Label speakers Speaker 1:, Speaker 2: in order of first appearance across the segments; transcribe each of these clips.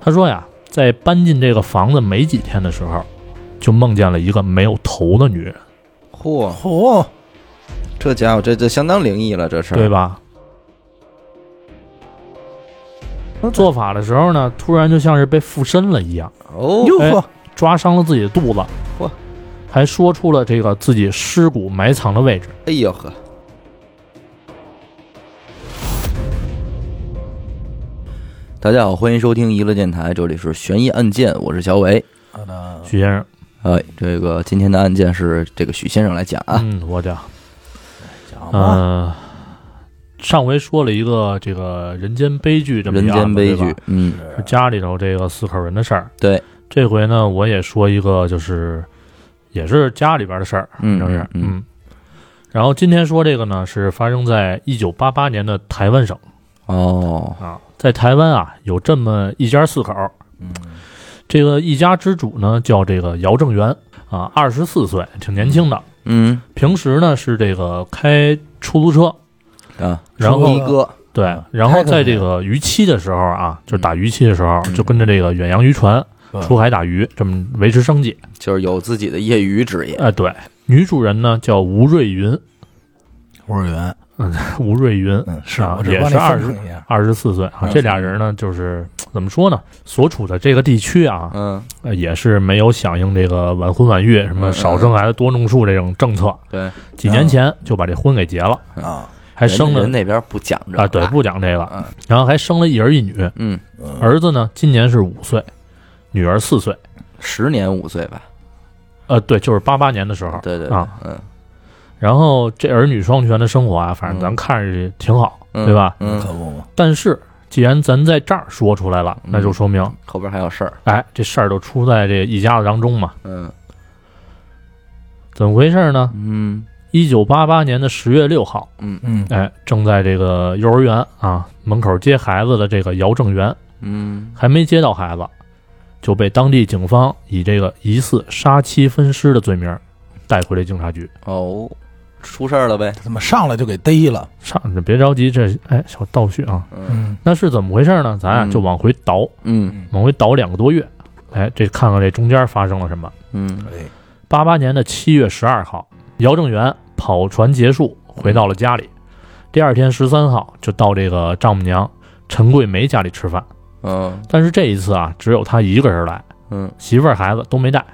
Speaker 1: 他说呀，在搬进这个房子没几天的时候，就梦见了一个没有头的女人，
Speaker 2: 嚯，
Speaker 3: 嚯，
Speaker 2: 这家伙这这相当灵异了，这是
Speaker 1: 对吧？做法的时候呢，突然就像是被附身了一样，
Speaker 2: 哦，
Speaker 3: 哟
Speaker 1: 哎
Speaker 3: 呵，
Speaker 1: 抓伤了自己的肚子
Speaker 2: 嚯，
Speaker 1: 还说出了这个自己尸骨埋藏的位置。
Speaker 2: 哎呦呵，大家好，欢迎收听娱乐电台，这里是悬疑案件，我是小伟。
Speaker 3: 好
Speaker 2: 啊
Speaker 3: 的
Speaker 1: 许先生，
Speaker 2: 哎，这个今天的案件是这个许先生来讲啊，
Speaker 1: 嗯，我讲，
Speaker 3: 讲吧，
Speaker 1: 嗯、上回说了一个这个人间悲剧这么一
Speaker 2: 人
Speaker 1: 个案
Speaker 2: 间
Speaker 1: 子对
Speaker 2: 悲剧
Speaker 1: 吧，
Speaker 2: 嗯，
Speaker 1: 是家里头这个四口人的事儿。
Speaker 2: 对，
Speaker 1: 这回呢，我也说一个，就是也是家里边的事儿，
Speaker 2: 嗯
Speaker 1: 就是
Speaker 2: 嗯
Speaker 1: 嗯。然后今天说这个呢，是发生在一九八八年的台湾省
Speaker 2: 哦，
Speaker 1: 啊，在台湾啊有这么一家四口，
Speaker 3: 嗯，
Speaker 1: 这个一家之主呢叫这个姚正元啊，二十四岁，挺年轻的，
Speaker 2: 嗯
Speaker 1: 平时呢是这个开出租车，
Speaker 2: 啊，
Speaker 1: 然后
Speaker 2: 一哥，
Speaker 1: 对，然后在这个渔期的时候啊，就是打渔期的时候，就跟着这个远洋渔船
Speaker 3: 嗯
Speaker 1: 出海打鱼，这么维持生计。
Speaker 2: 就是有自己的业余职业，
Speaker 1: 哎，对，女主人呢叫吴瑞云，
Speaker 3: 幼儿园，
Speaker 1: 吴瑞云
Speaker 3: 嗯，啊是
Speaker 1: 啊
Speaker 3: 我，只
Speaker 1: 也
Speaker 3: 帮你
Speaker 1: 是二
Speaker 3: 分
Speaker 1: 十
Speaker 3: 成一下，
Speaker 1: 二十四岁啊。
Speaker 3: 24
Speaker 1: 这俩人呢，就是怎么说呢，所处的这个地区啊，
Speaker 2: 嗯，
Speaker 1: 呃也是没有响应这个晚婚晚育、什
Speaker 2: 嗯嗯
Speaker 1: 么少生孩子多种树这种政策。
Speaker 2: 对，
Speaker 1: 几年前就把这婚给结了，
Speaker 3: 啊，
Speaker 1: 还生
Speaker 2: 人人
Speaker 1: 了
Speaker 2: 那边不讲这
Speaker 1: 啊，对，
Speaker 2: 个
Speaker 1: 不讲这个
Speaker 2: 嗯，
Speaker 1: 然后还生了一儿一女，
Speaker 2: 嗯，
Speaker 1: 儿子呢今年是五岁，女儿四岁。
Speaker 2: 十年五岁吧，
Speaker 1: 呃，对，就是八八年的时候。
Speaker 2: 对对
Speaker 1: 啊，
Speaker 2: 对嗯
Speaker 1: 然后这儿女双全的生活啊，反正咱看着挺好，
Speaker 2: 嗯，
Speaker 1: 对吧？
Speaker 2: 嗯，
Speaker 3: 可不嘛，
Speaker 1: 但是既然咱在这儿说出来了，那就说明，
Speaker 2: 后边还有事儿，
Speaker 1: 哎，这事儿就出在这一家子当中嘛。
Speaker 2: 嗯
Speaker 1: 怎么回事呢？
Speaker 2: 嗯
Speaker 1: 一九八八年的十月六号，
Speaker 3: 嗯
Speaker 1: 哎，正在这个幼儿园啊门口接孩子的这个姚正元，
Speaker 2: 嗯，
Speaker 1: 还没接到孩子，就被当地警方以这个疑似杀妻分尸的罪名带回了警察局。
Speaker 2: 哦，出事儿了呗，
Speaker 3: 怎么上来就给逮了？
Speaker 1: 上，别着急，这哎小倒叙啊，
Speaker 2: 嗯
Speaker 3: 嗯，
Speaker 1: 那是怎么回事呢？咱啊
Speaker 2: 嗯
Speaker 1: 就往回倒，
Speaker 2: 嗯
Speaker 1: 往回倒两个多月，哎，这看看这中间发生了什么。
Speaker 2: 嗯
Speaker 3: 哎，
Speaker 1: 八八年的七月十二号，姚正元跑船结束，回到了家里。第二天十三号就到这个丈母娘陈桂梅家里吃饭，
Speaker 2: 嗯
Speaker 1: 但是这一次啊，只有他一个人来，
Speaker 2: 嗯
Speaker 1: 媳妇儿孩子都没带。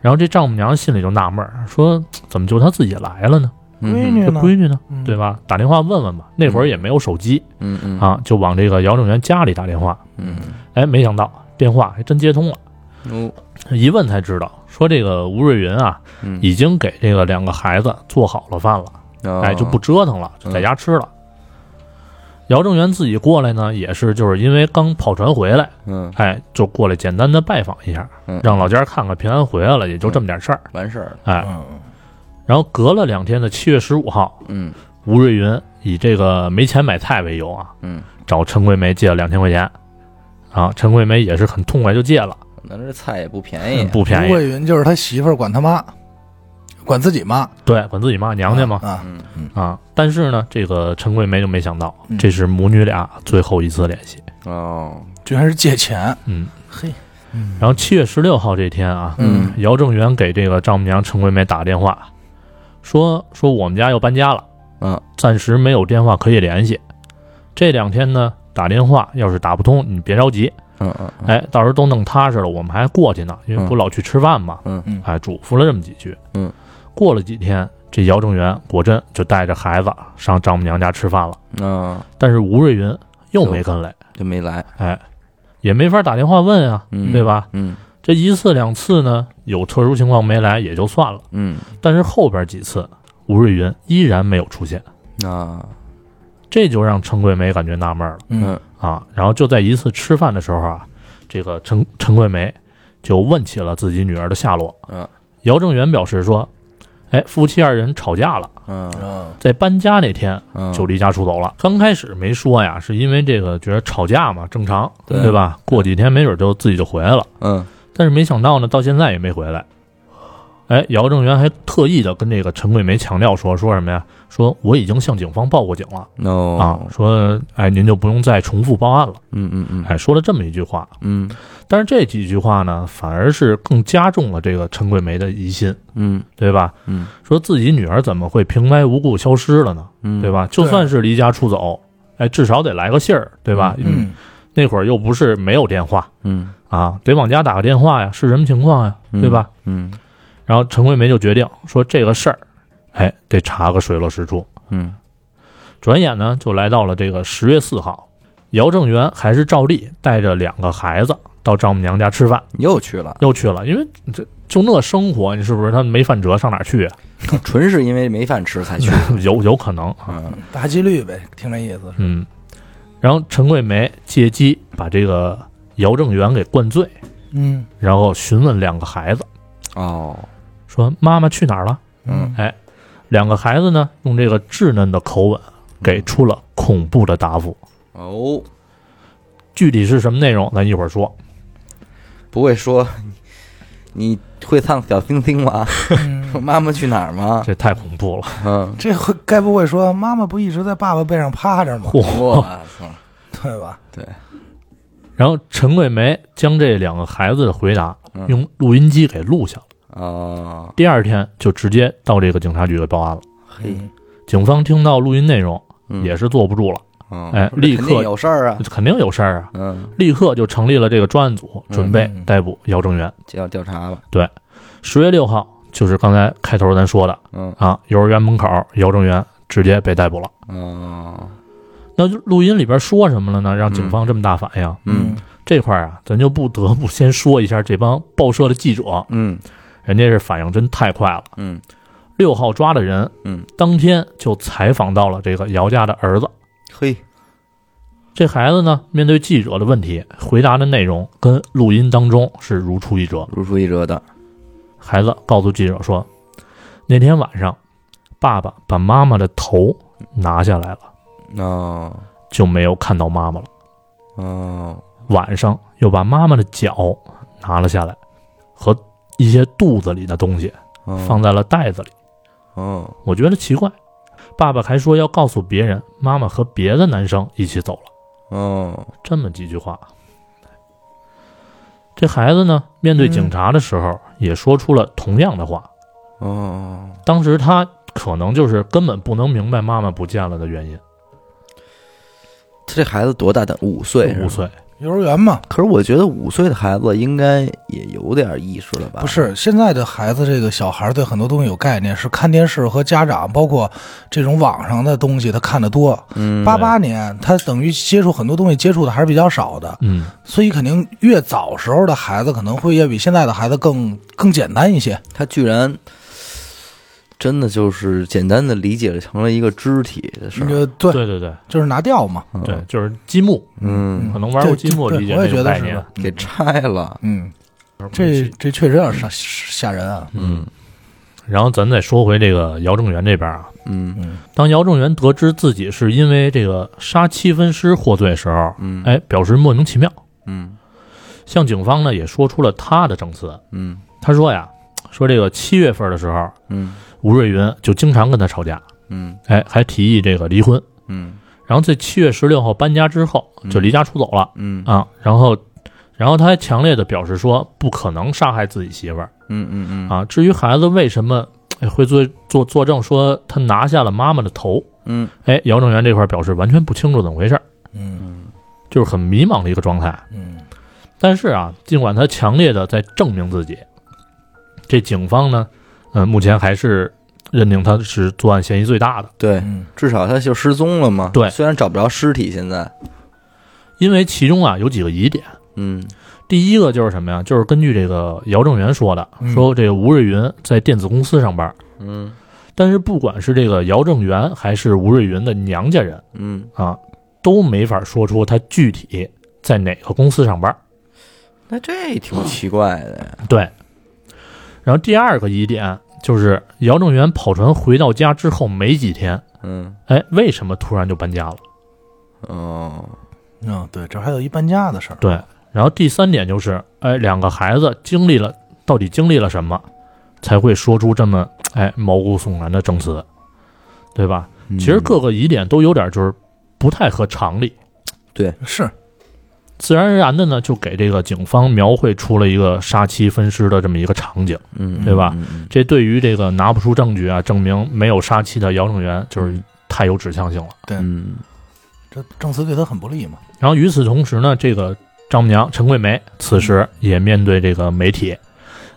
Speaker 1: 然后这丈母娘心里就纳闷儿，说怎么就他自己来了呢？
Speaker 3: 闺
Speaker 2: 嗯
Speaker 3: 女
Speaker 1: 这
Speaker 3: 呢？
Speaker 1: 闺女呢？
Speaker 3: 嗯
Speaker 1: 对吧？打电话问问吧。那会儿也没有手机
Speaker 2: 嗯嗯
Speaker 1: 啊，就往这个姚正元家里打电话。
Speaker 2: 嗯，
Speaker 1: 哎，没想到电话还真接通了，嗯
Speaker 2: 哦
Speaker 1: 一问才知道，说这个吴瑞云啊，
Speaker 2: 嗯
Speaker 1: 已经给这个两个孩子做好了饭了，
Speaker 2: 啊
Speaker 1: 哎，就不折腾了，就在家吃了。姚正元自己过来呢，也是就是因为刚跑船回来，
Speaker 2: 嗯
Speaker 1: 哎，就过来简单的拜访一下
Speaker 2: 嗯，
Speaker 1: 让老家看看平安回来了，也就这么点事儿，
Speaker 2: 完事儿了，
Speaker 1: 哎。
Speaker 3: 嗯，
Speaker 1: 然后隔了两天的七月十五号，
Speaker 2: 嗯
Speaker 1: 吴瑞云以这个没钱买菜为由啊，
Speaker 2: 嗯，
Speaker 1: 找陈桂梅借了两千块钱，啊，陈桂梅也是很痛快就借了，
Speaker 2: 咱这菜哎也不便宜，
Speaker 1: 不便宜
Speaker 3: 吴，桂云就是他媳妇儿管他妈，管自己妈，
Speaker 1: 对，管自己妈娘家嘛
Speaker 3: 啊，
Speaker 2: 嗯
Speaker 1: 啊！但是呢，这个陈桂梅就没想到，
Speaker 3: 嗯
Speaker 1: 这是母女俩最后一次联系。
Speaker 2: 哦，
Speaker 3: 居然是借钱，
Speaker 1: 嗯，
Speaker 3: 嘿，嗯
Speaker 1: 然后七月十六号这天啊，
Speaker 2: 嗯
Speaker 1: 姚正元给这个丈母娘陈桂梅打电话，说说我们家要搬家了，
Speaker 2: 嗯，
Speaker 1: 暂时没有电话可以联系。这两天呢，打电话要是打不通，你别着急，
Speaker 2: 嗯嗯
Speaker 1: 哎，到时候都弄踏实了，我们还过去呢，因为
Speaker 2: 嗯
Speaker 1: 不老去吃饭嘛，
Speaker 2: 嗯
Speaker 3: 嗯
Speaker 1: 哎，嘱咐了这么几句，
Speaker 2: 嗯，
Speaker 1: 过了几天，这姚正元果真就带着孩子上丈母娘家吃饭了，
Speaker 2: 嗯，
Speaker 1: 但是吴瑞云又没跟来，
Speaker 2: 就没来，
Speaker 1: 哎，也没法打电话问啊，
Speaker 2: 嗯
Speaker 1: 对吧？
Speaker 2: 嗯
Speaker 1: 这一次两次呢，有特殊情况没来也就算了，
Speaker 2: 嗯
Speaker 1: 但是后边几次吴瑞云依然没有出现，
Speaker 2: 啊，
Speaker 1: 这就让陈桂梅感觉纳闷了
Speaker 2: 嗯
Speaker 1: 啊。然后就在一次吃饭的时候啊，这个陈陈桂梅就问起了自己女儿的下落。
Speaker 2: 嗯
Speaker 1: 姚正元表示说：“哎，夫妻二人吵架了，
Speaker 2: 嗯
Speaker 3: 嗯
Speaker 1: 在搬家那天
Speaker 2: 嗯，
Speaker 1: 就离家出走了。刚开始没说呀，是因为这个觉得吵架嘛，正常，
Speaker 2: 对
Speaker 1: 对吧？过几天没准就自己就回来了。
Speaker 2: 嗯
Speaker 1: 但是没想到呢，到现在也没回来。哎，姚正元还特意的跟这个陈桂梅强调说，说什么呀？说我已经向警方报过警了、
Speaker 2: 哦，
Speaker 1: 啊，说哎，您就不用再重复报案了。
Speaker 2: 嗯嗯嗯，
Speaker 1: 哎，说了这么一句话，
Speaker 2: 嗯
Speaker 1: 但是这几句话呢，反而是更加重了这个陈桂梅的疑心，
Speaker 2: 嗯
Speaker 1: 对吧？
Speaker 2: 嗯
Speaker 1: 说自己女儿怎么会平白无故消失了呢？
Speaker 2: 嗯，
Speaker 1: 对？吧？就算是离家出走，哎，至少得来个信儿，对吧？
Speaker 3: 嗯，
Speaker 1: 那会儿又不是没有电话
Speaker 2: 嗯
Speaker 1: 啊，得往家打个电话呀，是什么情况呀，
Speaker 2: 嗯
Speaker 1: 对吧？？
Speaker 2: 嗯
Speaker 1: 然后陈桂梅就决定说这个事儿，哎，得查个水落石出。
Speaker 2: 嗯
Speaker 1: 转眼呢，就来到了这个十月四号，姚正元还是照例带着两个孩子到丈母娘家吃饭，
Speaker 2: 又去 了，
Speaker 1: 又去了，因为这就那生活，你是不是他没饭辙，上哪儿去啊？
Speaker 2: 纯是因为没饭 吃才去。
Speaker 1: 有有可能啊，
Speaker 2: 嗯
Speaker 3: 大几率呗，听这意思是。
Speaker 1: 嗯。然后陈桂梅借机把这个姚正元给灌醉，
Speaker 3: 嗯
Speaker 1: 然后询问两个孩子
Speaker 2: 哦，
Speaker 1: 说：“妈妈去哪儿了？”
Speaker 3: 嗯
Speaker 1: 两个孩子呢，用这个稚嫩的口吻给出了恐怖的答复。
Speaker 2: 哦，
Speaker 1: 具体是什么内容，咱一会儿说。
Speaker 2: 不会说你会唱小星星吗？
Speaker 3: 嗯，
Speaker 2: 妈妈去哪儿吗？
Speaker 1: 这太恐怖了，
Speaker 2: 嗯，
Speaker 3: 这会该不会说妈妈不一直在爸爸背上趴着吗？
Speaker 1: 嚯、
Speaker 2: 我操，
Speaker 3: 对啊吧？
Speaker 1: 然后陈桂梅将这两个孩子的回答
Speaker 2: 嗯
Speaker 1: 用录音机给录下了，
Speaker 2: 哦，
Speaker 1: 第二天就直接到这个警察局给报案了。
Speaker 2: 嘿，
Speaker 3: 嗯
Speaker 1: 警方听到录音内容
Speaker 2: 嗯
Speaker 1: 也是坐不住了，
Speaker 2: 嗯
Speaker 1: 哎
Speaker 2: 肯
Speaker 1: 立刻
Speaker 2: 定有事儿啊，
Speaker 1: 肯定有事儿啊，
Speaker 2: 嗯，
Speaker 1: 立刻就成立了这个专案组，
Speaker 2: 嗯
Speaker 1: 准备
Speaker 3: 嗯
Speaker 1: 逮捕姚正元。
Speaker 2: 就要调查了，
Speaker 1: 十月六号，就是刚才开头咱说的
Speaker 2: 嗯，
Speaker 1: 啊，幼儿园门口姚正元直接被逮捕了。
Speaker 2: 哦，
Speaker 1: 那就录音里边说什么了呢？让警方这么大反应，
Speaker 2: 嗯
Speaker 1: 这块儿啊，咱就不得不先说一下这帮报社的记者，
Speaker 2: 嗯
Speaker 1: 人家是反应真太快了。
Speaker 2: 嗯，
Speaker 1: 六号抓的人，
Speaker 2: 嗯，
Speaker 1: 当天就采访到了这个姚家的儿子。
Speaker 2: 嘿，
Speaker 1: 这孩子呢，面对记者的问题，回答的内容跟录音当中是如出一辙。
Speaker 2: 如出一辙的，
Speaker 1: 孩子告诉记者说，那天晚上，爸爸把妈妈的头拿下来了，
Speaker 2: 哦
Speaker 1: 就没有看到妈妈了。
Speaker 2: 哦，
Speaker 1: 晚上又把妈妈的脚拿了下来，和一些肚子里的东西
Speaker 2: 哦
Speaker 1: 放在了袋子里。
Speaker 2: 哦，
Speaker 1: 我觉得奇怪，爸爸还说要告诉别人，妈妈和别的男生一起走了，
Speaker 2: 哦，
Speaker 1: 这么几句话。这孩子呢，面对警察的时候、也说出了同样的话。
Speaker 2: 哦，
Speaker 1: 当时他可能就是根本不能明白妈妈不见了的原因。
Speaker 2: 他这孩子多大的？五岁，
Speaker 1: 五。岁，
Speaker 3: 幼儿园嘛，
Speaker 2: 可是我觉得五岁的孩子应该也有点意识了吧？
Speaker 3: 不，是现在的孩子，这个小孩对很多东西有概念，是看电视和家长，包括这种网上的东西，他看得多。
Speaker 2: 嗯，
Speaker 3: 八八年，他等于接触很多东西接触的还是比较少的，
Speaker 1: 嗯，
Speaker 3: 所以肯定越早时候的孩子可能会要比现在的孩子更更简单一些。
Speaker 2: 他居然真的就是简单的理解成了一个肢体的事儿。
Speaker 3: 呃，对，
Speaker 1: 嗯对对对
Speaker 3: 就是拿掉嘛。
Speaker 2: 嗯
Speaker 1: 对，，就是积木，
Speaker 2: 嗯，
Speaker 1: 可能玩过积木
Speaker 3: 对
Speaker 1: 理解
Speaker 3: 对我也
Speaker 1: 这
Speaker 3: 觉
Speaker 1: 个
Speaker 3: 得
Speaker 1: 概
Speaker 3: 是
Speaker 1: 念
Speaker 3: 的。
Speaker 2: 给拆了。
Speaker 3: 嗯，这这确实有点吓吓人啊。
Speaker 2: 嗯
Speaker 1: 然后咱再说回这个姚正元这边啊，
Speaker 2: 嗯
Speaker 1: 当姚正元得知自己是因为这个杀七分尸获罪时候，
Speaker 2: 嗯
Speaker 1: 哎，表示莫名其妙，
Speaker 2: 嗯
Speaker 1: 向警方呢也说出了他的证词。
Speaker 2: 嗯
Speaker 1: 他说呀，说这个七月份的时候，
Speaker 2: 嗯
Speaker 1: 吴瑞云就经常跟他吵架，
Speaker 2: 嗯
Speaker 1: 哎，还提议这个离婚。
Speaker 2: 嗯
Speaker 1: 然后在七月十六号搬家之后，就离家出走了、
Speaker 2: 嗯
Speaker 1: 啊。然后，然后他还强烈的表示说，不可能杀害自己媳妇儿
Speaker 2: 嗯嗯
Speaker 1: 啊。至于孩子为什么哎会做做作证说他拿下了妈妈的头，
Speaker 2: 嗯
Speaker 1: 哎，姚正元这块表示完全不清楚怎么回事儿，
Speaker 3: 嗯
Speaker 1: 就是很迷茫的一个状态。
Speaker 3: 嗯
Speaker 1: 但是啊，尽管他强烈的在证明自己，这警方呢，呃，目前还是认定他是作案嫌疑最大的，
Speaker 2: 对，
Speaker 3: 嗯
Speaker 2: 至少他就失踪了嘛。
Speaker 1: 对
Speaker 2: 虽然找不着尸体，现在，
Speaker 1: 因为其中啊有几个疑点。
Speaker 2: 嗯
Speaker 1: 第一个就是什么呀？就是根据这个姚正元说的，
Speaker 3: 嗯
Speaker 1: 说这个吴瑞云在电子公司上班，
Speaker 2: 嗯
Speaker 1: 但是不管是这个姚正元还是吴瑞云的娘家人
Speaker 2: 嗯，
Speaker 1: 啊，都没法说出他具体在哪个公司上班。
Speaker 2: 那这挺奇怪的呀。
Speaker 1: 对。然后第二个疑点就是姚正元跑船回到家之后没几天，
Speaker 2: 嗯
Speaker 1: 哎，为什么突然就搬家了？
Speaker 2: 哦
Speaker 3: 嗯，对，这还有一搬家的事儿。
Speaker 1: 对。然后第三点就是，哎，两个孩子经历了到底经历了什么，才会说出这么哎毛骨悚然的证词，对吧？
Speaker 2: 嗯
Speaker 1: 其实各个疑点都有点就是不太合常理，
Speaker 3: 是
Speaker 1: 自然而然的呢就给这个警方描绘出了一个杀妻分尸的这么一个场景。
Speaker 2: 嗯，
Speaker 1: 对吧
Speaker 2: 嗯？嗯
Speaker 1: 这对于这个拿不出证据啊，证明没有杀妻的姚正元就是太有指向性了。
Speaker 2: 嗯，
Speaker 3: 这证词对他很不利嘛。
Speaker 1: 然后与此同时呢，这个丈母娘陈桂梅此时也面对这个媒体，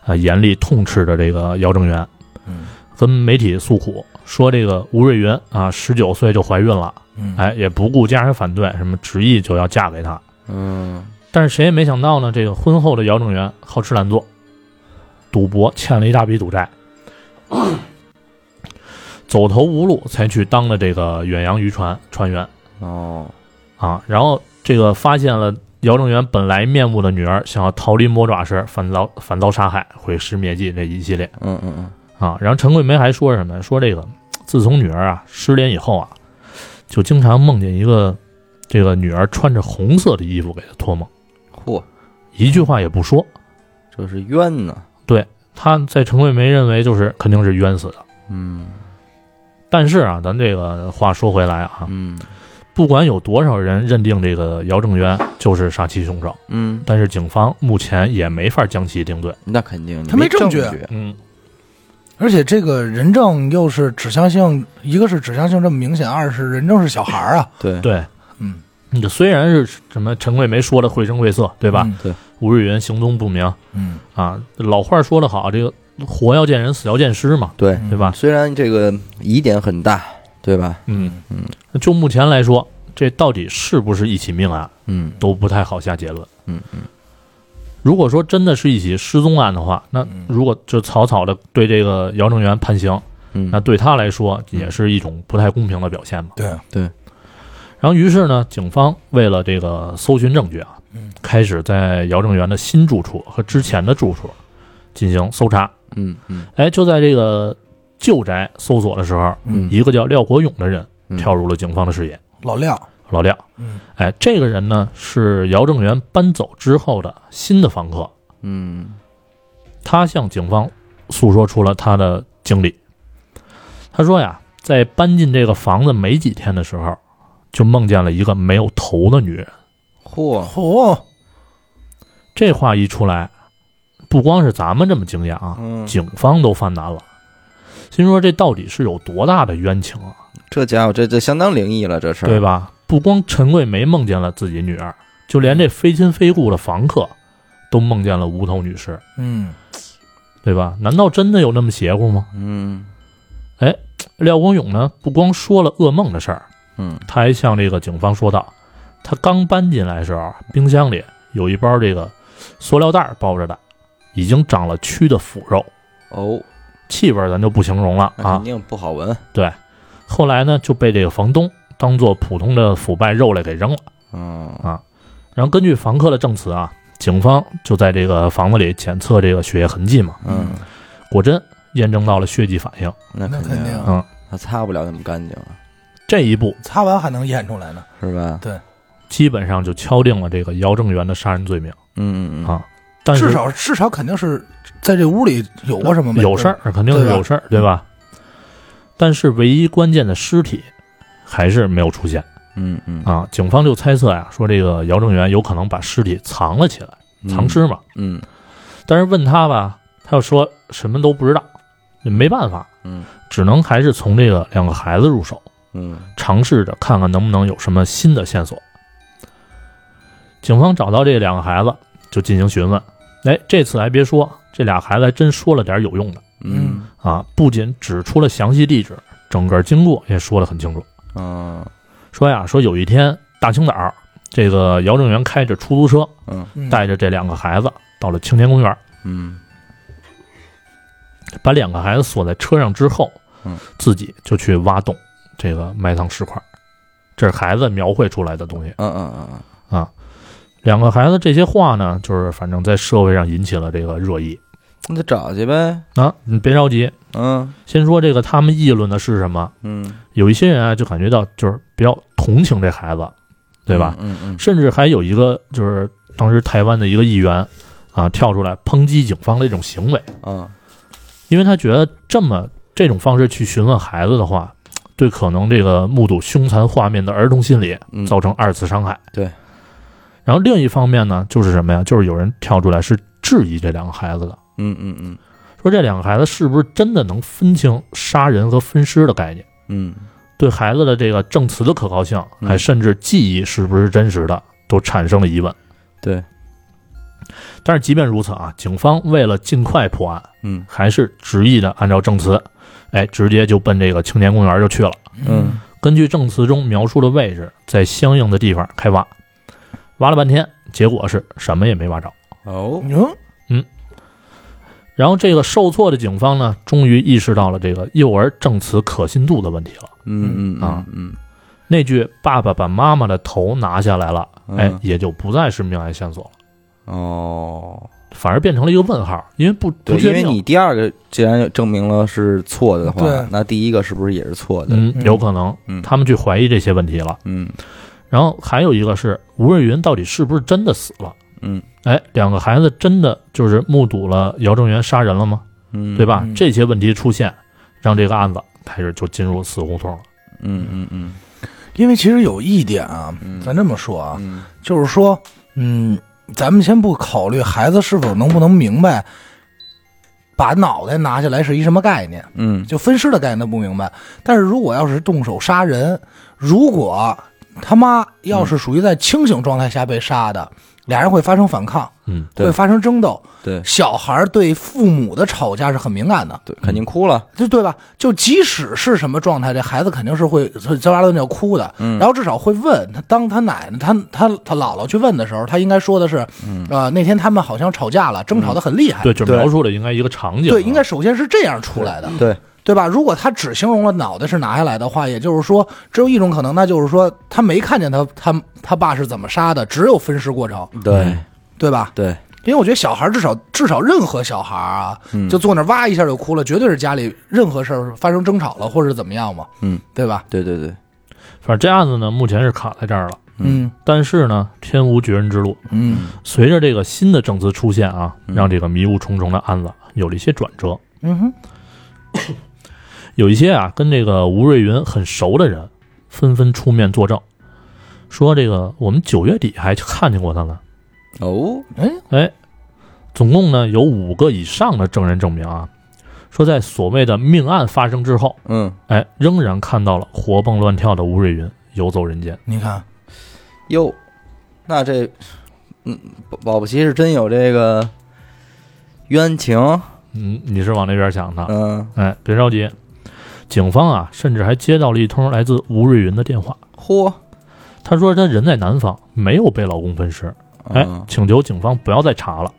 Speaker 1: 啊、严厉痛斥着这个姚正元，
Speaker 3: 嗯
Speaker 1: 跟媒体诉苦说这个吴瑞云啊，十九岁就怀孕了，
Speaker 3: 嗯，
Speaker 1: 哎，也不顾家人反对，什么执意就要嫁给他。
Speaker 2: 嗯，
Speaker 1: 但是谁也没想到呢，这个婚后的姚正元好吃懒做，赌博欠了一大笔赌债， 走投无路才去当了这个远洋渔船船员
Speaker 2: 哦，
Speaker 1: 啊。然后这个发现了姚正元本来面目的女儿，想要逃离魔爪时，反遭反遭杀害，毁尸灭迹这一系列
Speaker 2: 嗯嗯嗯，
Speaker 1: 啊。然后陈桂梅还说什么？说这个自从女儿啊失联以后啊，就经常梦见一个这个女儿穿着红色的衣服给她托梦，
Speaker 2: 嚯，
Speaker 1: 一句话也不说。
Speaker 2: 这是冤呢，
Speaker 1: 他在陈桂梅认为就是肯定是冤死的。
Speaker 2: 嗯
Speaker 1: 但是啊，咱这个话说回来啊，
Speaker 2: 嗯
Speaker 1: 不管有多少人认定这个姚正元就是杀妻凶手，
Speaker 2: 嗯，
Speaker 1: 但是警方目前也没法将其定罪。
Speaker 2: 那肯定，你
Speaker 3: 他没
Speaker 2: 证
Speaker 3: 证据
Speaker 1: 嗯，
Speaker 3: 而且这个人证又是指向性，一个是指向性这么明显，二是人证是小孩儿啊，
Speaker 2: 对，
Speaker 1: 对，
Speaker 3: 嗯，
Speaker 1: 你这虽然是什么陈桂梅说的绘声绘色，对
Speaker 3: 对
Speaker 1: 吧？？吴瑞云行踪不明
Speaker 3: 嗯，
Speaker 1: 啊，老话说得好，这个活要见人，死要见尸嘛，
Speaker 2: 对
Speaker 3: 嗯
Speaker 1: 对吧？
Speaker 2: 虽然这个疑点很大，对吧？
Speaker 1: 嗯嗯，就目前来说，这到底是不是一起命案？
Speaker 2: 嗯
Speaker 1: 都不太好下结论。
Speaker 2: 嗯
Speaker 1: 嗯。如果说真的是一起失踪案的话，那
Speaker 3: 嗯
Speaker 1: 如果就草草的对这个姚正元判刑，
Speaker 2: 嗯，
Speaker 1: 那对他来说也是一种不太公平的表现嘛。
Speaker 3: 对，
Speaker 1: 然后，于是呢，警方为了这个搜寻证据啊
Speaker 3: 嗯，
Speaker 1: 开始在姚正元的新住处和之前的住处进行搜查。
Speaker 2: 嗯嗯
Speaker 1: 哎，就在这个旧宅搜索的时候，
Speaker 2: 嗯
Speaker 1: 一个叫廖国勇的人
Speaker 2: 嗯
Speaker 1: 跳入了警方的视野。
Speaker 3: 老廖，
Speaker 1: 老廖，
Speaker 3: 嗯
Speaker 1: 哎，这个人呢是姚正元搬走之后的新的房客。
Speaker 2: 嗯
Speaker 1: 他向警方诉说出了他的经历。他说呀，在搬进这个房子没几天的时候，就梦见了一个没有头的女人。
Speaker 2: 嚯，
Speaker 3: 嚯，
Speaker 1: 这话一出来，不光是咱们这么惊讶啊，
Speaker 2: 嗯，
Speaker 1: 警方都犯难了，心说这到底是有多大的冤情啊，
Speaker 2: 这家伙这这相当灵异了，这事
Speaker 1: 对
Speaker 2: 儿，
Speaker 1: 吧？不光陈桂梅梦见了自己女儿，就连这
Speaker 2: 嗯
Speaker 1: 非亲非故的房客都梦见了无头女尸，
Speaker 3: 嗯
Speaker 1: 对吧？难道真的有那么邪乎吗？
Speaker 2: 嗯
Speaker 1: 廖光勇呢，不光说了噩梦的事儿，
Speaker 2: 嗯
Speaker 1: 他还向这个警方说道，他刚搬进来的时候，冰箱里有一包这个塑料袋儿包着的，已经长了蛆的腐肉，
Speaker 2: 哦，
Speaker 1: 气味儿咱就不形容了
Speaker 2: 那
Speaker 1: 啊
Speaker 2: 肯。定不好闻，
Speaker 1: 后来呢，就被这个房东当做普通的腐败肉类给扔了。
Speaker 2: 嗯
Speaker 1: 然后根据房客的证词啊，警方就在这个房子里检测这个血液痕迹嘛，
Speaker 2: 嗯，
Speaker 1: 果真验证到了血迹反应。
Speaker 2: 那
Speaker 3: 那
Speaker 2: 肯啊
Speaker 3: 肯定
Speaker 1: 嗯，
Speaker 2: 他擦不了那么干净了，
Speaker 1: 这一步
Speaker 3: 擦完还能验出来呢，
Speaker 2: 是吧？
Speaker 1: 基本上就敲定了这个姚正元的杀人罪名。
Speaker 2: 嗯嗯嗯
Speaker 1: 啊但是
Speaker 3: 至少至少肯定是在这屋里有过什么没
Speaker 1: 有事儿，肯定是
Speaker 3: 对吧
Speaker 1: 有事儿，对吧？但是唯一关键的尸体还是没有出现
Speaker 2: 嗯嗯
Speaker 1: 啊！警方就猜测呀，说这个姚正元有可能把尸体藏了起来，
Speaker 2: 嗯，
Speaker 1: 藏尸嘛。
Speaker 2: 嗯，
Speaker 1: 但是问他吧，他又说什么都不知道，也没办法，
Speaker 2: 嗯
Speaker 1: 只能还是从这个两个孩子入手，
Speaker 2: 嗯
Speaker 1: 尝试着看看能不能有什么新的线索。警方找到这两个孩子，就进行询问。哎，这次还别说，这俩孩子还真说了点有用的。
Speaker 2: 嗯
Speaker 1: 啊，不仅指出了详细地址，整个经过也说得很清楚。
Speaker 2: 嗯啊
Speaker 1: 说呀，说有一天大清早，这个姚正元开着出租车，
Speaker 2: 嗯
Speaker 3: 嗯
Speaker 1: 带着这两个孩子到了青年公园，
Speaker 2: 嗯
Speaker 1: 把两个孩子锁在车上之后
Speaker 2: 嗯，
Speaker 1: 自己就去挖洞，这个埋藏尸块。这是孩子描绘出来的东西。
Speaker 2: 嗯嗯
Speaker 1: 两个孩子这些话呢，就是反正在社会上引起了这个热议
Speaker 2: 那就找去呗，
Speaker 1: 啊。你别着急，
Speaker 2: 嗯
Speaker 1: 先说这个他们议论的是什么？
Speaker 2: 嗯，
Speaker 1: 有一些人啊，就感觉到就是比较同情这孩子，对吧？？
Speaker 2: 嗯嗯
Speaker 1: 甚至还有一个就是当时台湾的一个议员啊跳出来抨击警方的一种行为，
Speaker 2: 嗯啊，
Speaker 1: 因为他觉得这么这种方式去询问孩子的话，对可能这个目睹凶残画面的儿童心理
Speaker 2: 嗯
Speaker 1: 造成二次伤害。
Speaker 2: 对。
Speaker 1: 然后另一方面呢，就是什么呀？就是有人跳出来是质疑这两个孩子的，
Speaker 2: 嗯嗯嗯
Speaker 1: 说这两个孩子是不是真的能分清杀人和分尸的概念，
Speaker 2: 嗯，
Speaker 1: 对孩子的这个证词的可靠性，
Speaker 2: 嗯
Speaker 1: 还甚至记忆是不是真实的，都产生了疑问。
Speaker 2: 对，
Speaker 1: 但是即便如此啊，警方为了尽快破案，
Speaker 2: 嗯
Speaker 1: 还是执意的按照证词，哎，直接就奔这个青年公园就去了。
Speaker 2: 嗯
Speaker 1: 根据证词中描述的位置，在相应的地方开挖，挖了半天，结果是什么也没挖着。
Speaker 2: 哦，
Speaker 3: 嗯，
Speaker 1: 然后这个受挫的警方呢，终于意识到了这个幼儿证词可信度的问题了。
Speaker 2: 嗯嗯
Speaker 1: 啊
Speaker 2: 嗯
Speaker 1: 那句“爸爸把妈妈的头拿下来了”，
Speaker 2: 嗯，
Speaker 1: 哎，也就不再是命案线索了，
Speaker 2: 哦，
Speaker 1: 反而变成了一个问号，因为不不
Speaker 2: 对，
Speaker 1: 确
Speaker 2: 因为
Speaker 1: 定。
Speaker 2: 你第二个既然证明了是错的话
Speaker 3: 对，
Speaker 2: 那第一个是不是也是错的？
Speaker 1: 嗯，有可能，
Speaker 2: 嗯
Speaker 1: 他们去怀疑这些问题了。
Speaker 2: 嗯
Speaker 1: 然后还有一个是吴瑞云到底是不是真的死了？
Speaker 2: 嗯
Speaker 1: 哎，两个孩子真的就是目睹了姚正元杀人了吗？
Speaker 2: 嗯，
Speaker 1: 对？吧
Speaker 3: 嗯？
Speaker 1: 这些问题出现，让这个案子开始就进入死胡同了。
Speaker 2: 嗯嗯嗯
Speaker 3: 因为其实有一点啊，
Speaker 2: 嗯
Speaker 3: 咱这么说啊，
Speaker 2: 嗯
Speaker 3: 就是说，嗯，咱们先不考虑孩子是否能不能明白，把脑袋拿下来是一什么概念，
Speaker 2: 嗯
Speaker 3: 就分尸的概念他不明白。但是如果要是动手杀人，如果他妈要
Speaker 2: 嗯
Speaker 3: 是属于在清醒状态下被杀的，俩人会发生反抗，
Speaker 1: 嗯，
Speaker 2: 对
Speaker 3: 会发生争斗。
Speaker 2: 对
Speaker 3: 小孩儿对父母的吵架是很敏感的，
Speaker 2: 对，肯定哭了。
Speaker 3: 就对吧？就即使是什么状态，这孩子肯定是会滋哇乱叫哭的，
Speaker 2: 嗯
Speaker 3: 然后至少会问他，当他奶奶、他他他姥姥去问的时候，他应该说的是，呃，那天他们好像吵架了，争吵的很厉害，
Speaker 1: 对，就
Speaker 2: 嗯对
Speaker 1: 描述了应该一个场景啊。
Speaker 3: 哎对，应该首先是这样出来的，
Speaker 2: 对，
Speaker 3: 对吧？如果他只形容了脑袋是拿下来的话，也就是说，只有一种可能，那就是说他没看见他他他爸是怎么杀的，只有分尸过程，
Speaker 2: 对
Speaker 1: 哎
Speaker 3: 对吧？
Speaker 2: 对，
Speaker 3: 因为我觉得小孩儿至少至少任何小孩儿啊，就坐那儿哇一下就哭了，绝对是家里任何事儿发生争吵了或者怎么样嘛，
Speaker 2: 嗯，
Speaker 3: 对吧？
Speaker 2: 对对对，
Speaker 1: 反正这案子呢，目前是卡在这儿了。
Speaker 3: 嗯
Speaker 1: 但是呢，天无绝人之路。
Speaker 3: 嗯
Speaker 1: 随着这个新的证词出现啊，
Speaker 2: 嗯
Speaker 1: 让这个迷雾重重的案子有了一些转折。
Speaker 3: 嗯哼，
Speaker 1: 有一些啊，跟这个吴瑞云很熟的人，纷纷出面作证，说这个我们九月底还看见过他呢。
Speaker 2: 哦，
Speaker 3: 哎，
Speaker 1: 哎，总共呢有五个以上的证人证明啊，说在所谓的命案发生之后，
Speaker 2: 嗯，
Speaker 1: 哎，仍然看到了活蹦乱跳的吴瑞云游走人间。
Speaker 3: 你看，
Speaker 2: 哟，那这，嗯，保保不齐是真有这个冤情，
Speaker 1: 嗯，你是往那边想的？
Speaker 2: 嗯，
Speaker 1: 哎，别着急，警方啊，甚至还接到了一通来自吴瑞云的电话，
Speaker 2: 嚯，
Speaker 1: 他说他人在南方，没有被老公分尸，哎
Speaker 2: 嗯，
Speaker 1: 请求警方不要再查了。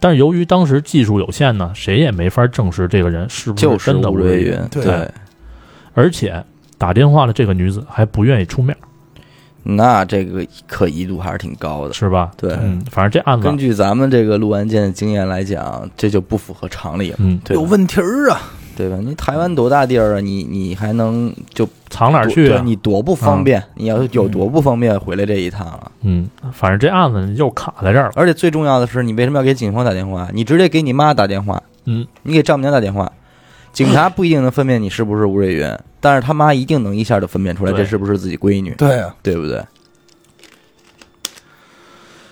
Speaker 1: 但是由于当时技术有限呢，谁也没法证实这个人是不
Speaker 2: 就是
Speaker 1: 真的
Speaker 2: 吴
Speaker 1: 吴
Speaker 2: 瑞
Speaker 1: 瑞
Speaker 2: 云
Speaker 1: 云，，
Speaker 3: 对
Speaker 2: 对，
Speaker 1: 而且打电话的这个女子还不愿意出面，
Speaker 2: 那这个可疑度还是挺高的，
Speaker 1: 是吧？
Speaker 2: 对。
Speaker 1: 嗯，反正这案子
Speaker 2: 根，据咱们这个录案件的经验来讲，这就不符合常理了，
Speaker 1: 嗯，
Speaker 2: 对
Speaker 3: 有
Speaker 2: 吧
Speaker 3: 问题儿啊，
Speaker 2: 对吧？你台湾多大地儿啊？你你还能就
Speaker 1: 藏哪儿
Speaker 2: 多
Speaker 1: 去
Speaker 2: 对
Speaker 1: 啊？
Speaker 2: 你多不方便？你要有多不方便回来这一趟啊？
Speaker 1: 嗯，反正这案子又卡在这儿了。
Speaker 2: 而且最重要的是，你为什么要给警方打电话？你直接给你妈打电话，
Speaker 1: 嗯，
Speaker 2: 你给丈母娘打 电话，警察不一定能分辨你是不是吴瑞云，但是他妈一定能一下就分辨出来
Speaker 1: 对
Speaker 2: 这是不是自己闺女，
Speaker 3: 对啊，
Speaker 2: 对不对？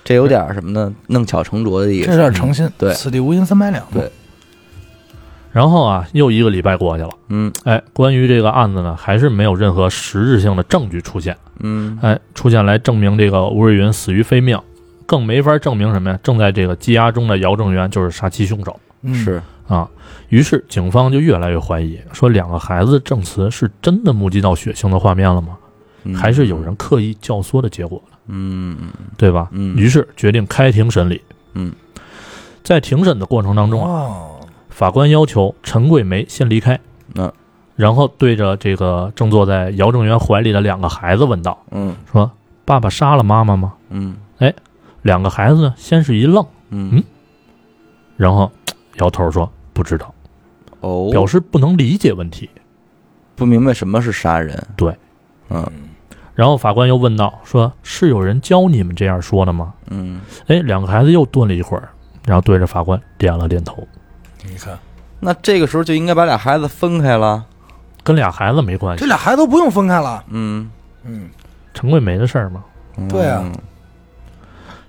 Speaker 2: 这有点什么呢？弄巧成拙的意
Speaker 3: 这
Speaker 2: 思。
Speaker 3: 有点诚信，
Speaker 2: 对
Speaker 3: 此地无银三百两，
Speaker 2: 对
Speaker 1: 然后啊，又一个礼拜过去了，
Speaker 2: 嗯
Speaker 1: 哎，关于这个案子呢，还是没有任何实质性的证据出现，
Speaker 2: 嗯
Speaker 1: 哎，出现来证明这个吴瑞云死于非命，更没法证明什么呀？正在这个羁押中的姚正元就是杀妻凶手
Speaker 3: 嗯，
Speaker 2: 是
Speaker 1: 啊。于是警方就越来越怀疑，说两个孩子的证词是真的目击到血腥的画面了吗？
Speaker 2: 嗯
Speaker 1: 还是有人刻意教唆的结果呢？
Speaker 2: 嗯
Speaker 1: 对吧？
Speaker 2: 嗯
Speaker 1: 于是决定开庭审理。
Speaker 2: 嗯，
Speaker 1: 在庭审的过程当中啊，
Speaker 3: 哦，
Speaker 1: 法官要求陈桂梅先离开，
Speaker 2: 嗯，
Speaker 1: 然后对着这个正坐在姚正元怀里的两个孩子问道
Speaker 2: 嗯：“
Speaker 1: 说爸爸杀了妈妈吗
Speaker 2: 嗯？”
Speaker 1: 两个孩子呢，先是一愣，
Speaker 2: 嗯
Speaker 1: 然后嘖摇头说：“不知道。”
Speaker 2: 哦，
Speaker 1: 表示不能理解问题。
Speaker 2: 不明白什么是杀人。
Speaker 1: 对，
Speaker 2: 嗯
Speaker 1: 然后法官又问道：“说是有人教你们这样说的吗
Speaker 2: 嗯，？”
Speaker 1: 哎，两个孩子又顿了一会儿，然后对着法官点了点头。
Speaker 3: 你看，
Speaker 2: 那这个时候就应该把俩孩子分开了。
Speaker 1: 跟俩孩子没关系
Speaker 3: 这，俩孩子都不用分开了。
Speaker 2: 嗯，
Speaker 3: 嗯，
Speaker 1: 陈桂梅的事儿嘛。
Speaker 2: 嗯
Speaker 3: 对啊，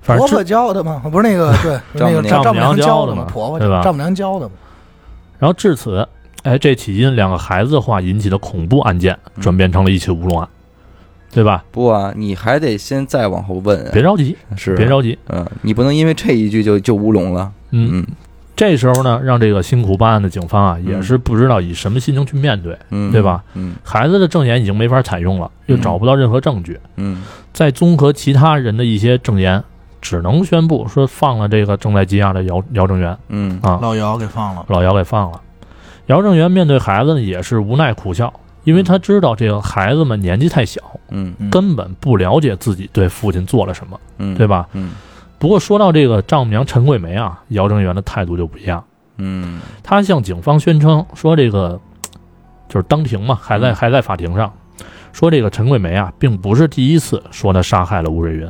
Speaker 1: 反
Speaker 3: 婆
Speaker 1: 正这，
Speaker 3: 婆教的嘛，不是那 个对，那个
Speaker 2: 丈
Speaker 1: 母娘
Speaker 3: 丈母娘
Speaker 1: 教
Speaker 3: 教
Speaker 1: 的嘛
Speaker 3: 嘛，婆婆
Speaker 1: 对吧
Speaker 3: 丈母娘教的嘛。
Speaker 1: 然后至此，哎，这起因两个孩子化引起的恐怖案件
Speaker 2: 嗯
Speaker 1: 转变成了一起乌龙案，对吧？
Speaker 2: 不啊，你还得先再往后问
Speaker 1: 别
Speaker 2: 啊，
Speaker 1: 着急，
Speaker 2: 是
Speaker 1: 别着急，
Speaker 2: 嗯，你不能因为这一句就就乌龙了。
Speaker 1: 嗯，
Speaker 2: 嗯
Speaker 1: 这时候呢，让这个辛苦办案的警方啊，也是不知道以什么心情去面对，
Speaker 2: 嗯，
Speaker 1: 对？吧？
Speaker 2: 嗯
Speaker 1: 孩子的证言已经没法采用了，又找不到任何证据，
Speaker 2: 嗯
Speaker 1: 再综合其他人的一些证言，只能宣布说放了这个正在羁押的姚姚正元
Speaker 2: 嗯
Speaker 1: 啊，
Speaker 3: 老姚给放了，
Speaker 1: 老姚给放了。姚正元面对孩子呢，也是无奈苦笑，因为他知道这个孩子们年纪太小，
Speaker 2: 嗯
Speaker 3: 嗯
Speaker 1: 根本不了解自己对父亲做了什么，
Speaker 2: 嗯，
Speaker 1: 对？吧？
Speaker 2: 嗯
Speaker 1: 不过说到这个丈母娘陈桂梅啊，姚正元的态度就不一样，
Speaker 2: 嗯
Speaker 1: 他向警方宣称说这个就是当庭嘛，还在
Speaker 2: 嗯
Speaker 1: 还在法庭上。说这个陈桂梅啊，并不是第一次说她杀害了吴瑞云。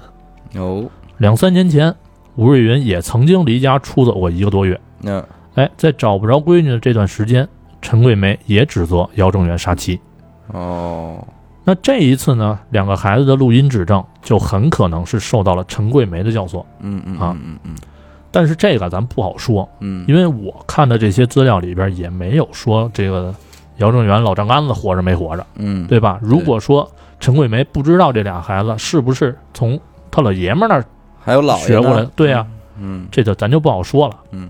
Speaker 2: 哦，
Speaker 1: 两三年前，吴瑞云也曾经离家出走过一个多月。
Speaker 2: 那
Speaker 1: 哎，在找不着闺女的这段时间，陈桂梅也指责姚正元杀妻。
Speaker 2: 哦，
Speaker 1: 那这一次呢，两个孩子的录音指证就很可能是受到了陈桂梅的教唆。
Speaker 2: 嗯嗯
Speaker 1: 啊
Speaker 2: 嗯嗯
Speaker 1: 但是这个咱不好说，
Speaker 2: 嗯，
Speaker 1: 因为我看的这些资料里边也没有说这个姚正元老丈杆子活着没活着，
Speaker 2: 嗯
Speaker 1: 对吧？如果说陈桂梅不知道这俩孩子是不是从他老爷们儿那儿
Speaker 2: 还有老
Speaker 1: 学过来，对呀、
Speaker 2: 嗯
Speaker 1: 这就咱就不好说了。
Speaker 2: 嗯。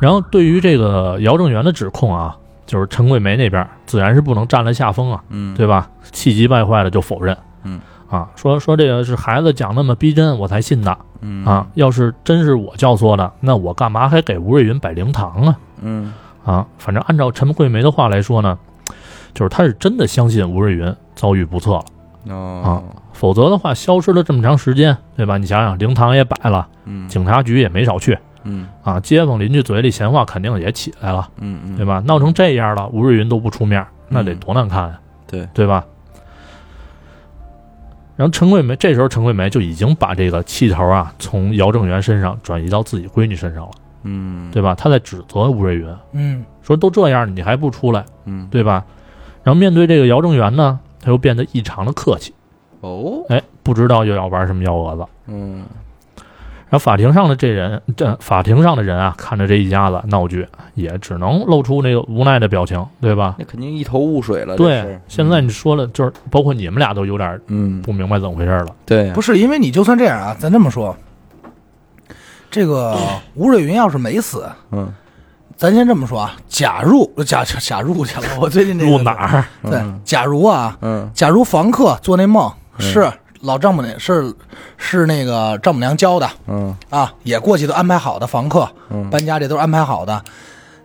Speaker 1: 然后对于这个姚正元的指控啊，就是陈桂梅那边自然是不能占了下风啊，
Speaker 2: 嗯，
Speaker 1: 对吧？气急败坏的就否认，
Speaker 2: 嗯，
Speaker 1: 啊，说说这个是孩子讲那么逼真，我才信的
Speaker 2: 嗯
Speaker 1: 啊。要是真是我教唆的，那我干嘛还给吴瑞云摆灵堂啊？
Speaker 2: 嗯
Speaker 1: 啊，反正按照陈桂梅的话来说呢，就是她是真的相信吴瑞云遭遇不测了，
Speaker 2: 哦
Speaker 1: 否则的话，消失了这么长时间，对吧？你想想，灵堂也摆了，
Speaker 2: 嗯
Speaker 1: 警察局也没少去
Speaker 2: 嗯
Speaker 1: 啊，街坊邻居嘴里闲话肯定也起来了。
Speaker 2: 嗯嗯，
Speaker 1: 对吧？闹成这样了，吴瑞云都不出面，那得多难看呀、
Speaker 2: 对
Speaker 1: 对吧？然后陈桂梅这时候，陈桂梅就已经把这个气头啊从姚正元身上转移到自己闺女身上了，
Speaker 2: 嗯
Speaker 1: 对吧？她在指责吴瑞云，
Speaker 3: 嗯，
Speaker 1: 说都这样了你还不出来，
Speaker 2: 嗯
Speaker 1: 对吧？然后面对这个姚正元呢，他又变得异常的客气，
Speaker 2: 哦
Speaker 1: 哎，不知道又要玩什么幺蛾子。
Speaker 2: 嗯
Speaker 1: 然后法庭上的这人，这法庭上的人啊，看着这一家子闹剧，也只能露出那个无奈的表情，对吧？
Speaker 2: 那肯定一头雾水了。这事
Speaker 1: 对
Speaker 2: 儿，
Speaker 1: 现在你说了，就是包括你们俩都有点
Speaker 2: 嗯
Speaker 1: 不明白怎么回事了。
Speaker 2: 对啊
Speaker 3: 不是因为你就算这样啊，咱这么说，这个吴瑞云要是没死，
Speaker 2: 嗯
Speaker 3: 咱先这么说啊，假如假假假如去了， 我最近这个
Speaker 1: 入哪儿？
Speaker 3: 对，假如啊，
Speaker 2: 嗯
Speaker 3: 假如房客做那梦
Speaker 1: 嗯
Speaker 3: 是老丈母娘是是那个丈母娘教的
Speaker 2: 嗯
Speaker 3: 啊，也过去都安排好的房客
Speaker 2: 嗯
Speaker 3: 搬家这都是安排好的，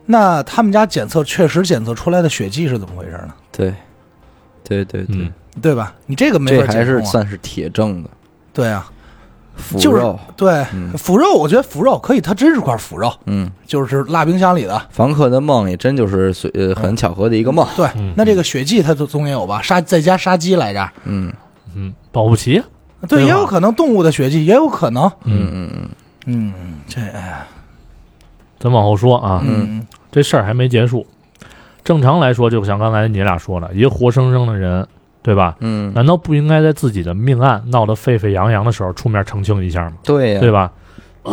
Speaker 3: 那他们家检测确实检测出来的血迹是怎么回事呢？
Speaker 2: 对对对对
Speaker 1: 嗯，，
Speaker 3: 对吧？你这个没
Speaker 2: 这
Speaker 3: 法
Speaker 2: 还
Speaker 3: 解
Speaker 2: 是
Speaker 3: 释啊。
Speaker 2: 算是铁证的
Speaker 3: 对啊，
Speaker 2: 腐
Speaker 3: 就是
Speaker 2: 肉。
Speaker 3: 对
Speaker 2: 嗯
Speaker 3: 腐肉，我觉得腐肉可以，它真是块腐肉，
Speaker 2: 嗯，
Speaker 3: 就是辣冰箱里的。
Speaker 2: 房客的梦也真就是随呃很巧合的一个梦。
Speaker 3: 对
Speaker 1: 嗯，
Speaker 3: 那这个血迹它总总也有吧？杀在家杀鸡来着，
Speaker 2: 嗯
Speaker 1: 嗯，保不齐。对
Speaker 3: 对，
Speaker 1: 吧
Speaker 3: 也有可能动物的血迹，也有可能。
Speaker 2: 嗯嗯嗯，
Speaker 3: 嗯，这哎呀
Speaker 1: 咱往后说啊，
Speaker 3: 嗯
Speaker 1: 这事儿还没结束。正常来说，就像刚才你俩说的，一个活生生的人，对吧？
Speaker 2: 嗯，
Speaker 1: 难道不应该在自己的命案闹得沸沸扬扬的时候出面澄清一下吗？
Speaker 2: 对啊呀，
Speaker 1: 对吧？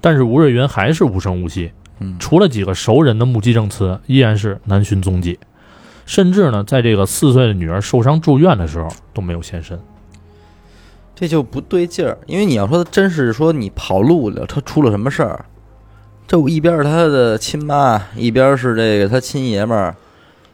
Speaker 1: 但是吴瑞云还是无声无息，
Speaker 2: 嗯
Speaker 1: 除了几个熟人的目击证词，依然是难寻踪迹，甚至呢，在这个四岁的女儿受伤住院的时候都没有现身。
Speaker 2: 这就不对劲儿，因为你要说他真是说你跑路了，他出了什么事儿？这我一边是他的亲妈，一边是这个他亲爷们儿，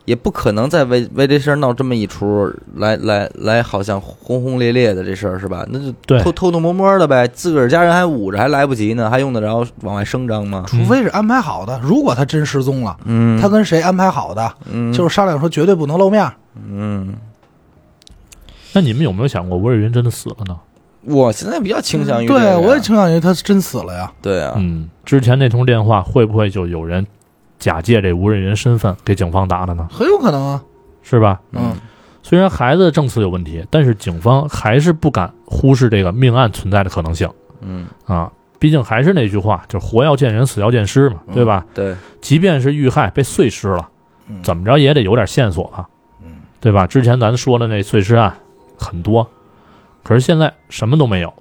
Speaker 2: 也不可能再为为这事儿闹这么一出，来来来，好像轰轰烈烈的这事儿是吧？那就
Speaker 1: 对
Speaker 2: 偷偷偷摸摸的呗，自个儿家人还捂着，还来不及呢，还用得着往外声张吗？
Speaker 3: 除非是安排好的。如果他真失踪了，
Speaker 2: 嗯，
Speaker 3: 他跟谁安排好的，就是商量说绝对不能露面。
Speaker 2: 嗯，
Speaker 1: 那你们有没有想过吴瑞云真的死了呢？
Speaker 2: 我现在比较倾向于这个呀、
Speaker 3: 对我也倾向于他真死了呀。
Speaker 2: 对啊，
Speaker 1: 嗯，之前那通电话会不会就有人假借这吴瑞云身份给警方打了呢？
Speaker 3: 很有可能啊，
Speaker 1: 是吧？
Speaker 3: 嗯，
Speaker 1: 虽然孩子的证词有问题，但是警方还是不敢忽视这个命案存在的可能性
Speaker 2: 嗯，
Speaker 1: 啊。毕竟还是那句话，就是活要见人，死要见尸
Speaker 2: 嗯
Speaker 1: 嘛，对吧？
Speaker 2: 对，
Speaker 1: 即便是遇害被碎尸了，
Speaker 3: 嗯
Speaker 1: 怎么着也得有点线索吧，
Speaker 2: 嗯
Speaker 1: 对吧？之前咱说的那碎尸案很多，可是现在什么都没有，